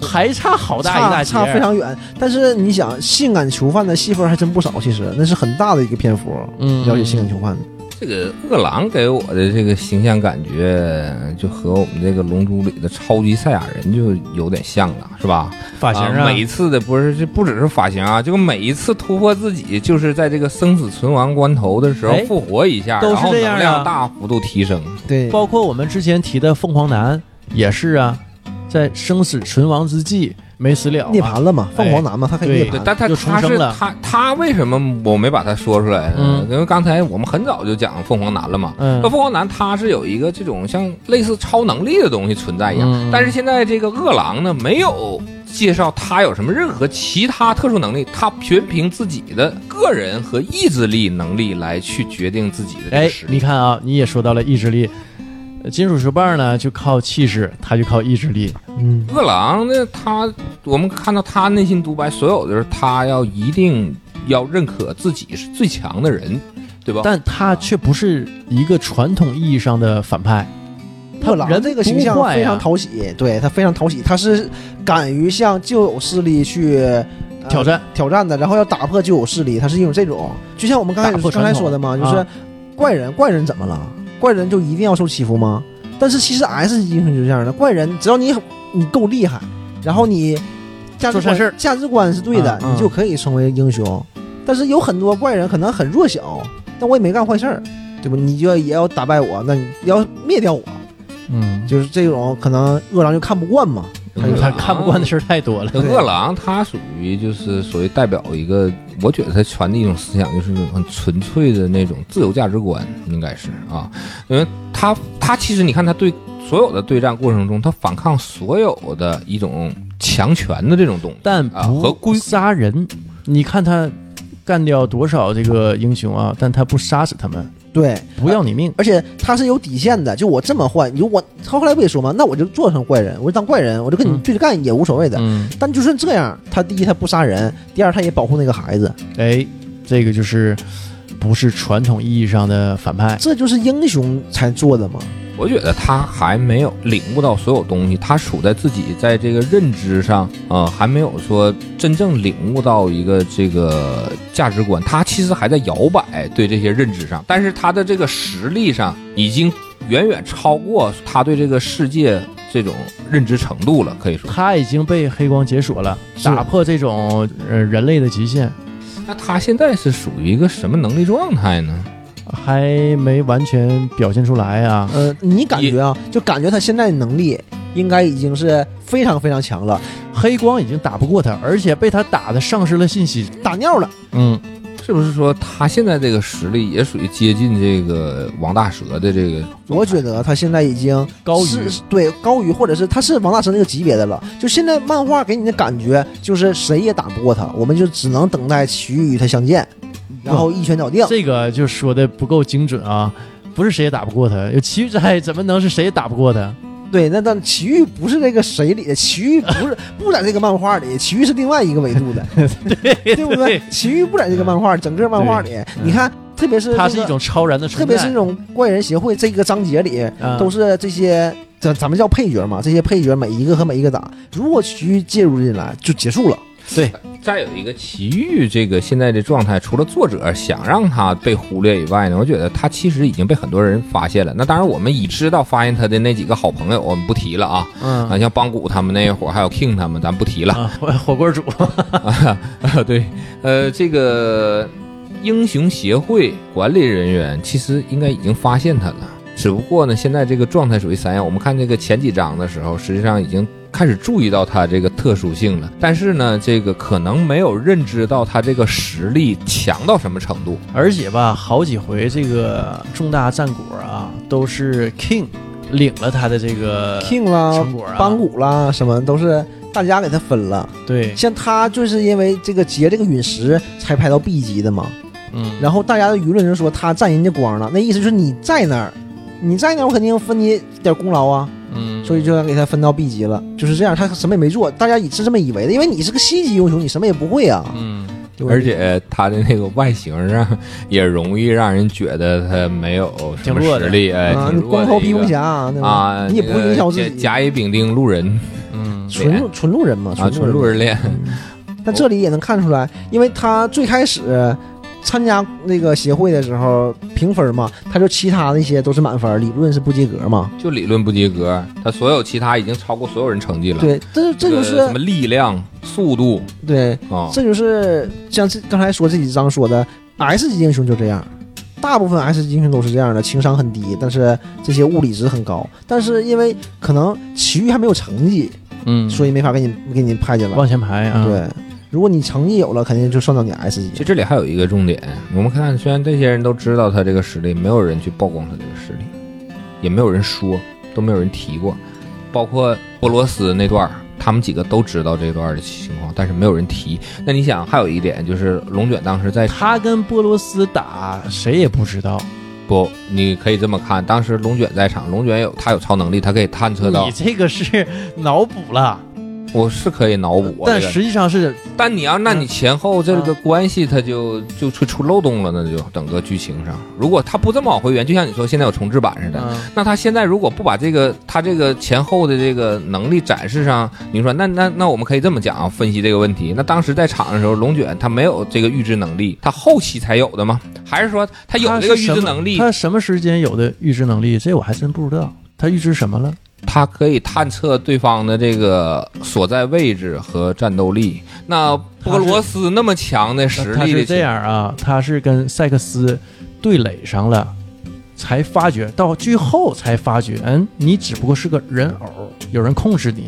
Speaker 1: 还差好大一大
Speaker 3: 差
Speaker 1: 截。
Speaker 3: 差非常远。但是你想，性感囚犯的戏份还真不少，其实那是很大的一个篇幅。
Speaker 1: 嗯，
Speaker 3: 了解性感囚犯的，
Speaker 2: 这个饿狼给我的这个形象感觉，就和我们这个《龙珠》里的超级赛亚人就有点像了，是吧？
Speaker 1: 发型啊
Speaker 2: 每一次的不是这不只是发型啊，这个每一次突破自己，就是在这个生死存亡关头的时候
Speaker 1: 哎
Speaker 2: 复活一下，
Speaker 1: 都是
Speaker 2: 然后
Speaker 1: 这样啊嗯
Speaker 2: 能量大幅度提升。
Speaker 3: 对，
Speaker 1: 包括我们之前提的凤凰男也是啊，在生死存亡之际没死了嘛啊哎
Speaker 3: 涅槃了嘛，凤凰男嘛，他可以涅
Speaker 1: 对
Speaker 2: 对
Speaker 3: 槃，。
Speaker 2: 但他
Speaker 1: 又重
Speaker 2: 他
Speaker 1: 生
Speaker 2: 是
Speaker 1: 了
Speaker 2: 他他为什么我没把他说出来呢？
Speaker 1: 嗯
Speaker 2: 因为刚才我们很早就讲凤凰男了嘛。
Speaker 1: 嗯
Speaker 2: 那凤凰男他是有一个这种像类似超能力的东西存在一样，
Speaker 1: 嗯
Speaker 2: 但是现在这个恶狼呢，没有介绍他有什么任何其他特殊能力，他全凭自己的个人和意志力能力来去决定自己的这个
Speaker 1: 哎
Speaker 2: 实，力。
Speaker 1: 你看啊，你也说到了意志力，呃金属石棒呢就靠气势，他就靠意志力。
Speaker 3: 嗯，
Speaker 2: 饿狼呢，他我们看到他内心独白，所有的是他要一定要认可自己是最强的人，对吧？
Speaker 1: 但他却不是一个传统意义上的反派，他
Speaker 3: 特朗
Speaker 1: 人
Speaker 3: 这个形象
Speaker 1: 不坏呀啊
Speaker 3: 非常讨喜，对他非常讨喜，他是敢于向旧有势力去呃
Speaker 1: 挑战。
Speaker 3: 挑战的，然后要打破旧有势力，他是一种这种，就像我们刚开
Speaker 1: 打
Speaker 3: 始
Speaker 1: 破
Speaker 3: 刚
Speaker 1: 传统
Speaker 3: 才说的嘛，就是
Speaker 1: 啊
Speaker 3: 怪人，怪人怎么了？怪人就一定要受欺负吗？但是其实 S 英雄就是这样的，怪人只要你你够厉害，然后你价
Speaker 1: 做
Speaker 3: 值
Speaker 1: 善
Speaker 3: 观
Speaker 1: 事儿
Speaker 3: 价值观是对的，
Speaker 1: 嗯嗯
Speaker 3: 你就可以成为英雄。但是有很多怪人可能很弱小，但我也没干坏事儿，对吧？你就要也要打败我，那你要灭掉我，
Speaker 1: 嗯，
Speaker 3: 就是这种可能饿狼就看不惯嘛。
Speaker 2: 嗯
Speaker 1: 他看不惯的事儿太多了。
Speaker 2: 这饿狼他属于就是所谓代表一个，我觉得他传递一种思想，就是那种很纯粹的那种自由价值观，应该是啊，因为他他其实你看他对所有的对战过程中，他反抗所有的一种强权的这种东西，
Speaker 1: 但
Speaker 2: 啊和
Speaker 1: 不
Speaker 2: 规
Speaker 1: 杀人，你看他干掉多少这个英雄啊，但他不杀死他们，
Speaker 3: 对，
Speaker 1: 不要你命。
Speaker 3: 而且他是有底线的，就我这么坏，你就我他后来不也说吗？那我就做成怪人，我就当怪人，我就跟你
Speaker 1: 嗯
Speaker 3: 对着干也无所谓的。
Speaker 1: 嗯，
Speaker 3: 但就算这样，他第一他不杀人，第二他也保护那个孩子，
Speaker 1: 哎，这个就是不是传统意义上的反派。
Speaker 3: 这就是英雄才做的嘛。
Speaker 2: 我觉得他还没有领悟到所有东西，他处在自己在这个认知上啊、呃还没有说真正领悟到一个这个价值观，他其实还在摇摆对这些认知上，但是他的这个实力上已经远远超过他对这个世界这种认知程度了，可以说。
Speaker 1: 他已经被黑光解锁了，
Speaker 3: 是
Speaker 1: 打破这种呃人类的极限，
Speaker 2: 那他现在是属于一个什么能力状态呢？
Speaker 1: 还没完全表现出来啊。
Speaker 3: 呃，你感觉啊，就感觉他现在的能力应该已经是非常非常强了，
Speaker 1: 黑光已经打不过他，而且被他打的丧失了信心。
Speaker 3: 打尿了。
Speaker 1: 嗯，
Speaker 2: 是不是说他现在这个实力也属于接近这个王大蛇的这个状态？
Speaker 3: 我觉得他现在已经
Speaker 1: 高于
Speaker 3: 是对高于，或者是他是王大神那个级别的了。就现在漫画给你的感觉就是谁也打不过他，我们就只能等待奇遇与他相见，然后一拳搞定。
Speaker 1: 这个就说的不够精准啊，不是谁也打不过他。有奇遇斋怎么能是谁也打不过他？
Speaker 3: 对，那但奇遇不是这个谁里的，奇遇不是不在这个漫画里，奇遇是另外一个维度 的，对不对？奇遇不在这个漫画，整个漫画里，你看，特别是、那个、
Speaker 1: 他嗯是一种超然的
Speaker 3: 特
Speaker 1: 存
Speaker 3: 别
Speaker 1: 在，
Speaker 3: 是那种怪人协会这个章节里，
Speaker 1: 啊
Speaker 3: 都是这些咱咱们叫配角嘛，这些配角每一个和每一个打，如果奇遇介入进来就结束了。
Speaker 2: 再有一个奇遇，这个现在的状态，除了作者想让他被忽略以外呢，我觉得他其实已经被很多人发现了。那当然，我们已知道发现他的那几个好朋友，我们不提了啊。
Speaker 1: 嗯
Speaker 2: 啊，像邦古他们那一伙儿，还有 King 他们，咱不提了。
Speaker 1: 啊火火锅主，
Speaker 2: 啊， 对，呃，这个英雄协会管理人员其实应该已经发现他了，只不过呢，现在这个状态属于散养。我们看这个前几章的时候，实际上已经开始注意到他这个特殊性了，但是呢，这个可能没有认知到他这个实力强到什么程度。
Speaker 1: 而且吧，好几回这个重大战果啊，都是 King 领了他的这个
Speaker 3: King 啦
Speaker 1: 成、果呃啊，
Speaker 3: 邦古啦什么都是大家给他分了，
Speaker 1: 对，
Speaker 3: 像他就是因为这个劫这个陨石才排到 B 级的嘛。
Speaker 1: 嗯，
Speaker 3: 然后大家的舆论就说他占人家光了，那意思就是你在那儿，你在那儿我肯定分你点功劳啊，
Speaker 1: 嗯，
Speaker 3: 所以就想给他分到 B 级了，就是这样，他什么也没做，大家也是这么以为的，因为你是个 C 级英雄，你什么也不会啊，
Speaker 1: 嗯，
Speaker 3: 对吧
Speaker 2: 而且他的那个外形上也容易让人觉得他没有什
Speaker 1: 挺
Speaker 2: 么
Speaker 1: 弱的
Speaker 2: 实力，哎，
Speaker 3: 啊，
Speaker 2: 挺
Speaker 3: 你
Speaker 2: 弱
Speaker 3: 光
Speaker 2: 的
Speaker 3: 头
Speaker 2: 一
Speaker 3: 皮
Speaker 2: 个
Speaker 3: 红侠，对吧？
Speaker 2: 啊，
Speaker 3: 你也不会营销自己
Speaker 2: 那个甲乙丙丁路人
Speaker 1: 嗯，
Speaker 3: 纯
Speaker 2: 脸
Speaker 3: 路纯路人嘛，
Speaker 2: 啊，纯路
Speaker 3: 人。
Speaker 2: 人恋。
Speaker 3: 但这里也能看出来，因为他最开始呃参加那个协会的时候评分嘛，他就其他那些都是满分，理论是不及格嘛。
Speaker 2: 就理论不及格，他所有其他已经超过所有人成绩了。，
Speaker 3: 对，这这就
Speaker 2: 什么
Speaker 3: 是
Speaker 2: 力量、速度
Speaker 3: 对
Speaker 2: 啊、
Speaker 3: 这就是像这刚才说这几章说的，S 级英雄就这样，大部分 S 级英雄都是这样的，情商很低，但是这些物理值很高。但是因为可能奇遇还没有成绩，
Speaker 1: 嗯，
Speaker 3: 所以没法给你给你派进来。
Speaker 1: 往前排啊，，
Speaker 3: 对，如果你成绩有了，肯定就算到你 S
Speaker 2: 其实
Speaker 3: 级。
Speaker 2: 这里还有一个重点，我们看，虽然这些人都知道他这个实力，没有人去曝光他这个实力，也没有人说，都没有人提过，包括波罗斯那段儿，他们几个都知道这段儿的情况，但是没有人提。那你想，还有一点就是龙卷当时在
Speaker 1: 他跟波罗斯打，谁也不知道。
Speaker 2: 不，你可以这么看，当时龙卷在场，龙卷有他有超能力，他可以探测到
Speaker 1: 你，这个是脑补了，
Speaker 2: 我是可以脑补啊，
Speaker 1: 但
Speaker 2: 这个
Speaker 1: 实际上是
Speaker 2: 但你要，那你前后这
Speaker 1: 嗯
Speaker 2: 个关系，它就就出出漏洞了，那就整个剧情上，如果他不这么往回圆，就像你说现在有重置版似的，
Speaker 1: 嗯
Speaker 2: 那他现在如果不把这个他这个前后的这个能力展示上，你说那那那我们可以这么讲啊，分析这个问题。那当时在场的时候，龙卷他没有这个预知能力，他后期才有的吗？还是说他有这个预知能力，
Speaker 1: 他什么时间有的预知能力？这我还真不知道。他预知什么了？
Speaker 2: 他可以探测对方的这个所在位置和战斗力？那波罗斯那么强的实
Speaker 1: 他
Speaker 2: 力的
Speaker 1: 是
Speaker 2: 情
Speaker 1: 这样啊，他是跟塞克斯对垒上了，才发觉到最后才发觉，嗯，你只不过是个人偶，有人控制你。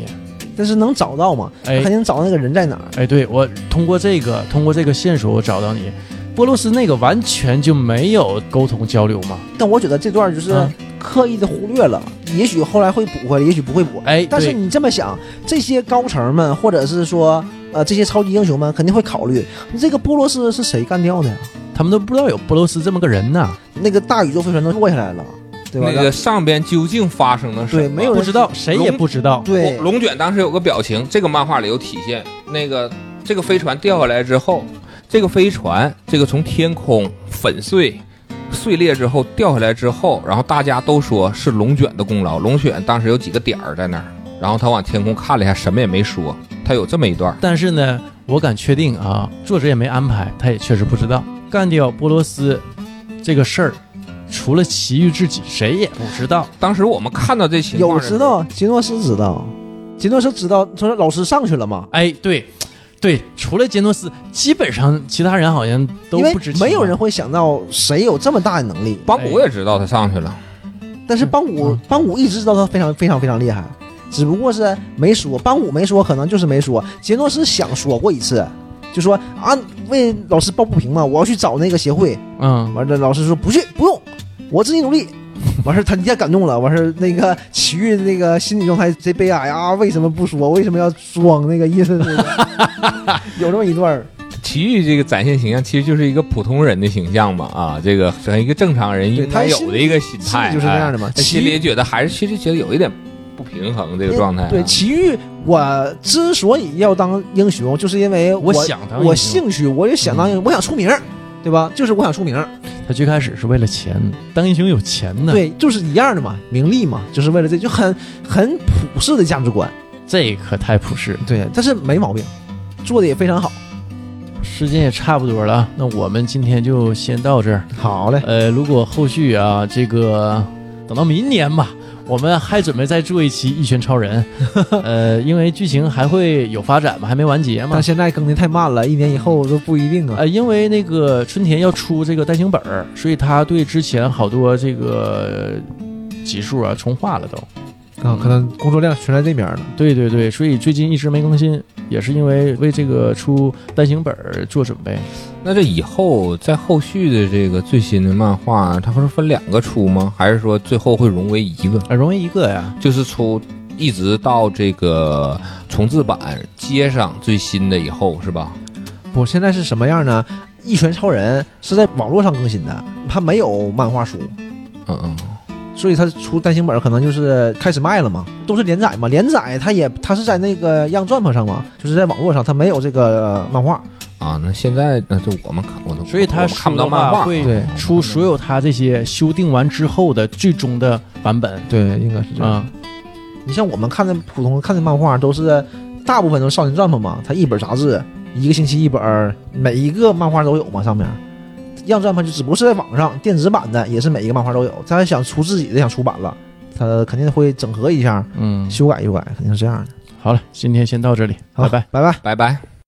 Speaker 3: 但是能找到吗？
Speaker 1: 哎
Speaker 3: 肯定找到那个人在哪儿。
Speaker 1: 哎，对我通过这个通过这个线索我找到你。波罗斯那个完全就没有沟通交流嘛？
Speaker 3: 但我觉得这段就是
Speaker 1: 嗯
Speaker 3: 刻意的忽略了，也许后来会补回来，也许不会补。
Speaker 1: 哎，
Speaker 3: 但是
Speaker 1: 对
Speaker 3: 你这么想，这些高层们，或者是说，呃，这些超级英雄们肯定会考虑，这个波罗斯是谁干掉的呀？
Speaker 1: 他们都不知道有波罗斯这么个人呐。
Speaker 3: 那个大宇宙飞船都落下来了，对吧？
Speaker 2: 那个上边究竟发生了什么？
Speaker 3: 对没有人嗯
Speaker 1: 不知道，谁也不知道。
Speaker 3: 对
Speaker 2: 龙龙卷当时有个表情，这个漫画里有体现。那个这个飞船掉下来之后，这个飞船这个从天空粉碎。碎裂之后掉下来之后，然后大家都说是龙卷的功劳。龙卷当时有几个点儿在那儿，然后他往天空看了一下，什么也没说。他有这么一段儿，
Speaker 1: 但是呢，我敢确定啊，作者也没安排，他也确实不知道干掉波罗斯这个事儿，除了奇遇自己，谁也不知道。
Speaker 2: 当时我们看到这情况
Speaker 3: 有
Speaker 2: 的时候
Speaker 3: 知道，杰诺斯知道，杰诺斯知道，说老师上去了嘛，
Speaker 1: 哎，对，对，除了杰诺斯，基本上其他人好像都
Speaker 3: 因为
Speaker 1: 不知情啊
Speaker 3: 没有人会想到谁有这么大的能力。
Speaker 2: 邦古也知道他上去了，
Speaker 3: 但是邦
Speaker 1: 嗯
Speaker 3: 古
Speaker 1: 嗯，
Speaker 3: 邦古一直知道他非常非常非常厉害，只不过是没说。邦古没说，可能就是没说。杰诺斯想说过一次，就说啊，为老师抱不平嘛，我要去找那个协会。
Speaker 1: 嗯，
Speaker 3: 完了，老师说不去，不用，我自己努力。完事儿他一下感动了，完事儿那个奇遇那个心理状态贼悲哀啊，为什么不说？为什么要装那个意思似的？有这么一段儿，
Speaker 2: 奇遇这个展现形象其实就是一个普通人的形象嘛啊，这个和一个正常人应该
Speaker 3: 对他
Speaker 2: 有的一个心
Speaker 3: 心
Speaker 2: 态，
Speaker 3: 里就是那样的嘛
Speaker 2: 哎。他心里也觉得还是其实觉得有一点不平衡这个状态、啊，
Speaker 3: 对奇遇，我之所以要当英雄，就是因为
Speaker 1: 我
Speaker 3: 我
Speaker 1: 想当
Speaker 3: 我
Speaker 1: 英雄
Speaker 3: 兴趣，我也想当英雄，我想出名儿，对吧？就是我想出名儿，
Speaker 1: 他最开始是为了钱，当英雄有钱呢。，
Speaker 3: 对，就是一样的嘛，名利嘛，就是为了这就很很普世的价值观，
Speaker 1: 这可太朴实了。
Speaker 3: 对，但是没毛病，做的也非常好。
Speaker 1: 时间也差不多了啊，那我们今天就先到这儿。
Speaker 3: 好嘞，
Speaker 1: 呃，如果后续啊，这个等到明年吧，我们还准备再做一期《一拳超人》，呃，因为剧情还会有发展嘛，还没完结嘛
Speaker 3: 但。现在更的太慢了，一年以后都不一定啊。
Speaker 4: 哎
Speaker 1: 呃，因为那个春田要出这个单行本儿，所以他对之前好多这个呃集数啊重画了都。
Speaker 4: 啊，可能工作量全在这边了。
Speaker 1: 对对对，所以最近一直没更新，也是因为为这个出单行本儿做准备。
Speaker 2: 那这以后在后续的这个最新的漫画，它会是分两个出吗？还是说最后会融为一个？
Speaker 1: 啊，容易一个呀，
Speaker 2: 就是出一直到这个重制版接上最新的以后是吧？
Speaker 3: 不，现在是什么样呢？一拳超人是在网络上更新的，它没有漫画书，
Speaker 2: 嗯嗯，
Speaker 3: 所以它出单行本可能就是开始卖了嘛，都是连载嘛，连载它也它是在那个 Young Jump 上嘛，就是在网络上，它没有这个呃漫画。
Speaker 2: 啊，那现在那就我们看我都
Speaker 1: 所以他
Speaker 2: 我们看不到漫画，
Speaker 1: 会
Speaker 4: 对
Speaker 1: 出所有他这些修订完之后的最终的版本
Speaker 4: 对，应该是
Speaker 3: 嗯
Speaker 4: 这样。
Speaker 1: 啊、
Speaker 3: 你像我们看的普通看的漫画，都是大部分都是少年 Jump 嘛，它一本杂志一个星期一本儿，每一个漫画都有嘛，上面。Young Jump 就只不过是在网上电子版的，也是每一个漫画都有。他想出自己的，想出版了，他肯定会整合一下，
Speaker 1: 嗯，
Speaker 3: 修改修改，肯定是这样的。
Speaker 1: 好了，今天先到这里，
Speaker 3: 好
Speaker 1: 拜拜。
Speaker 3: 拜拜。
Speaker 2: 拜拜。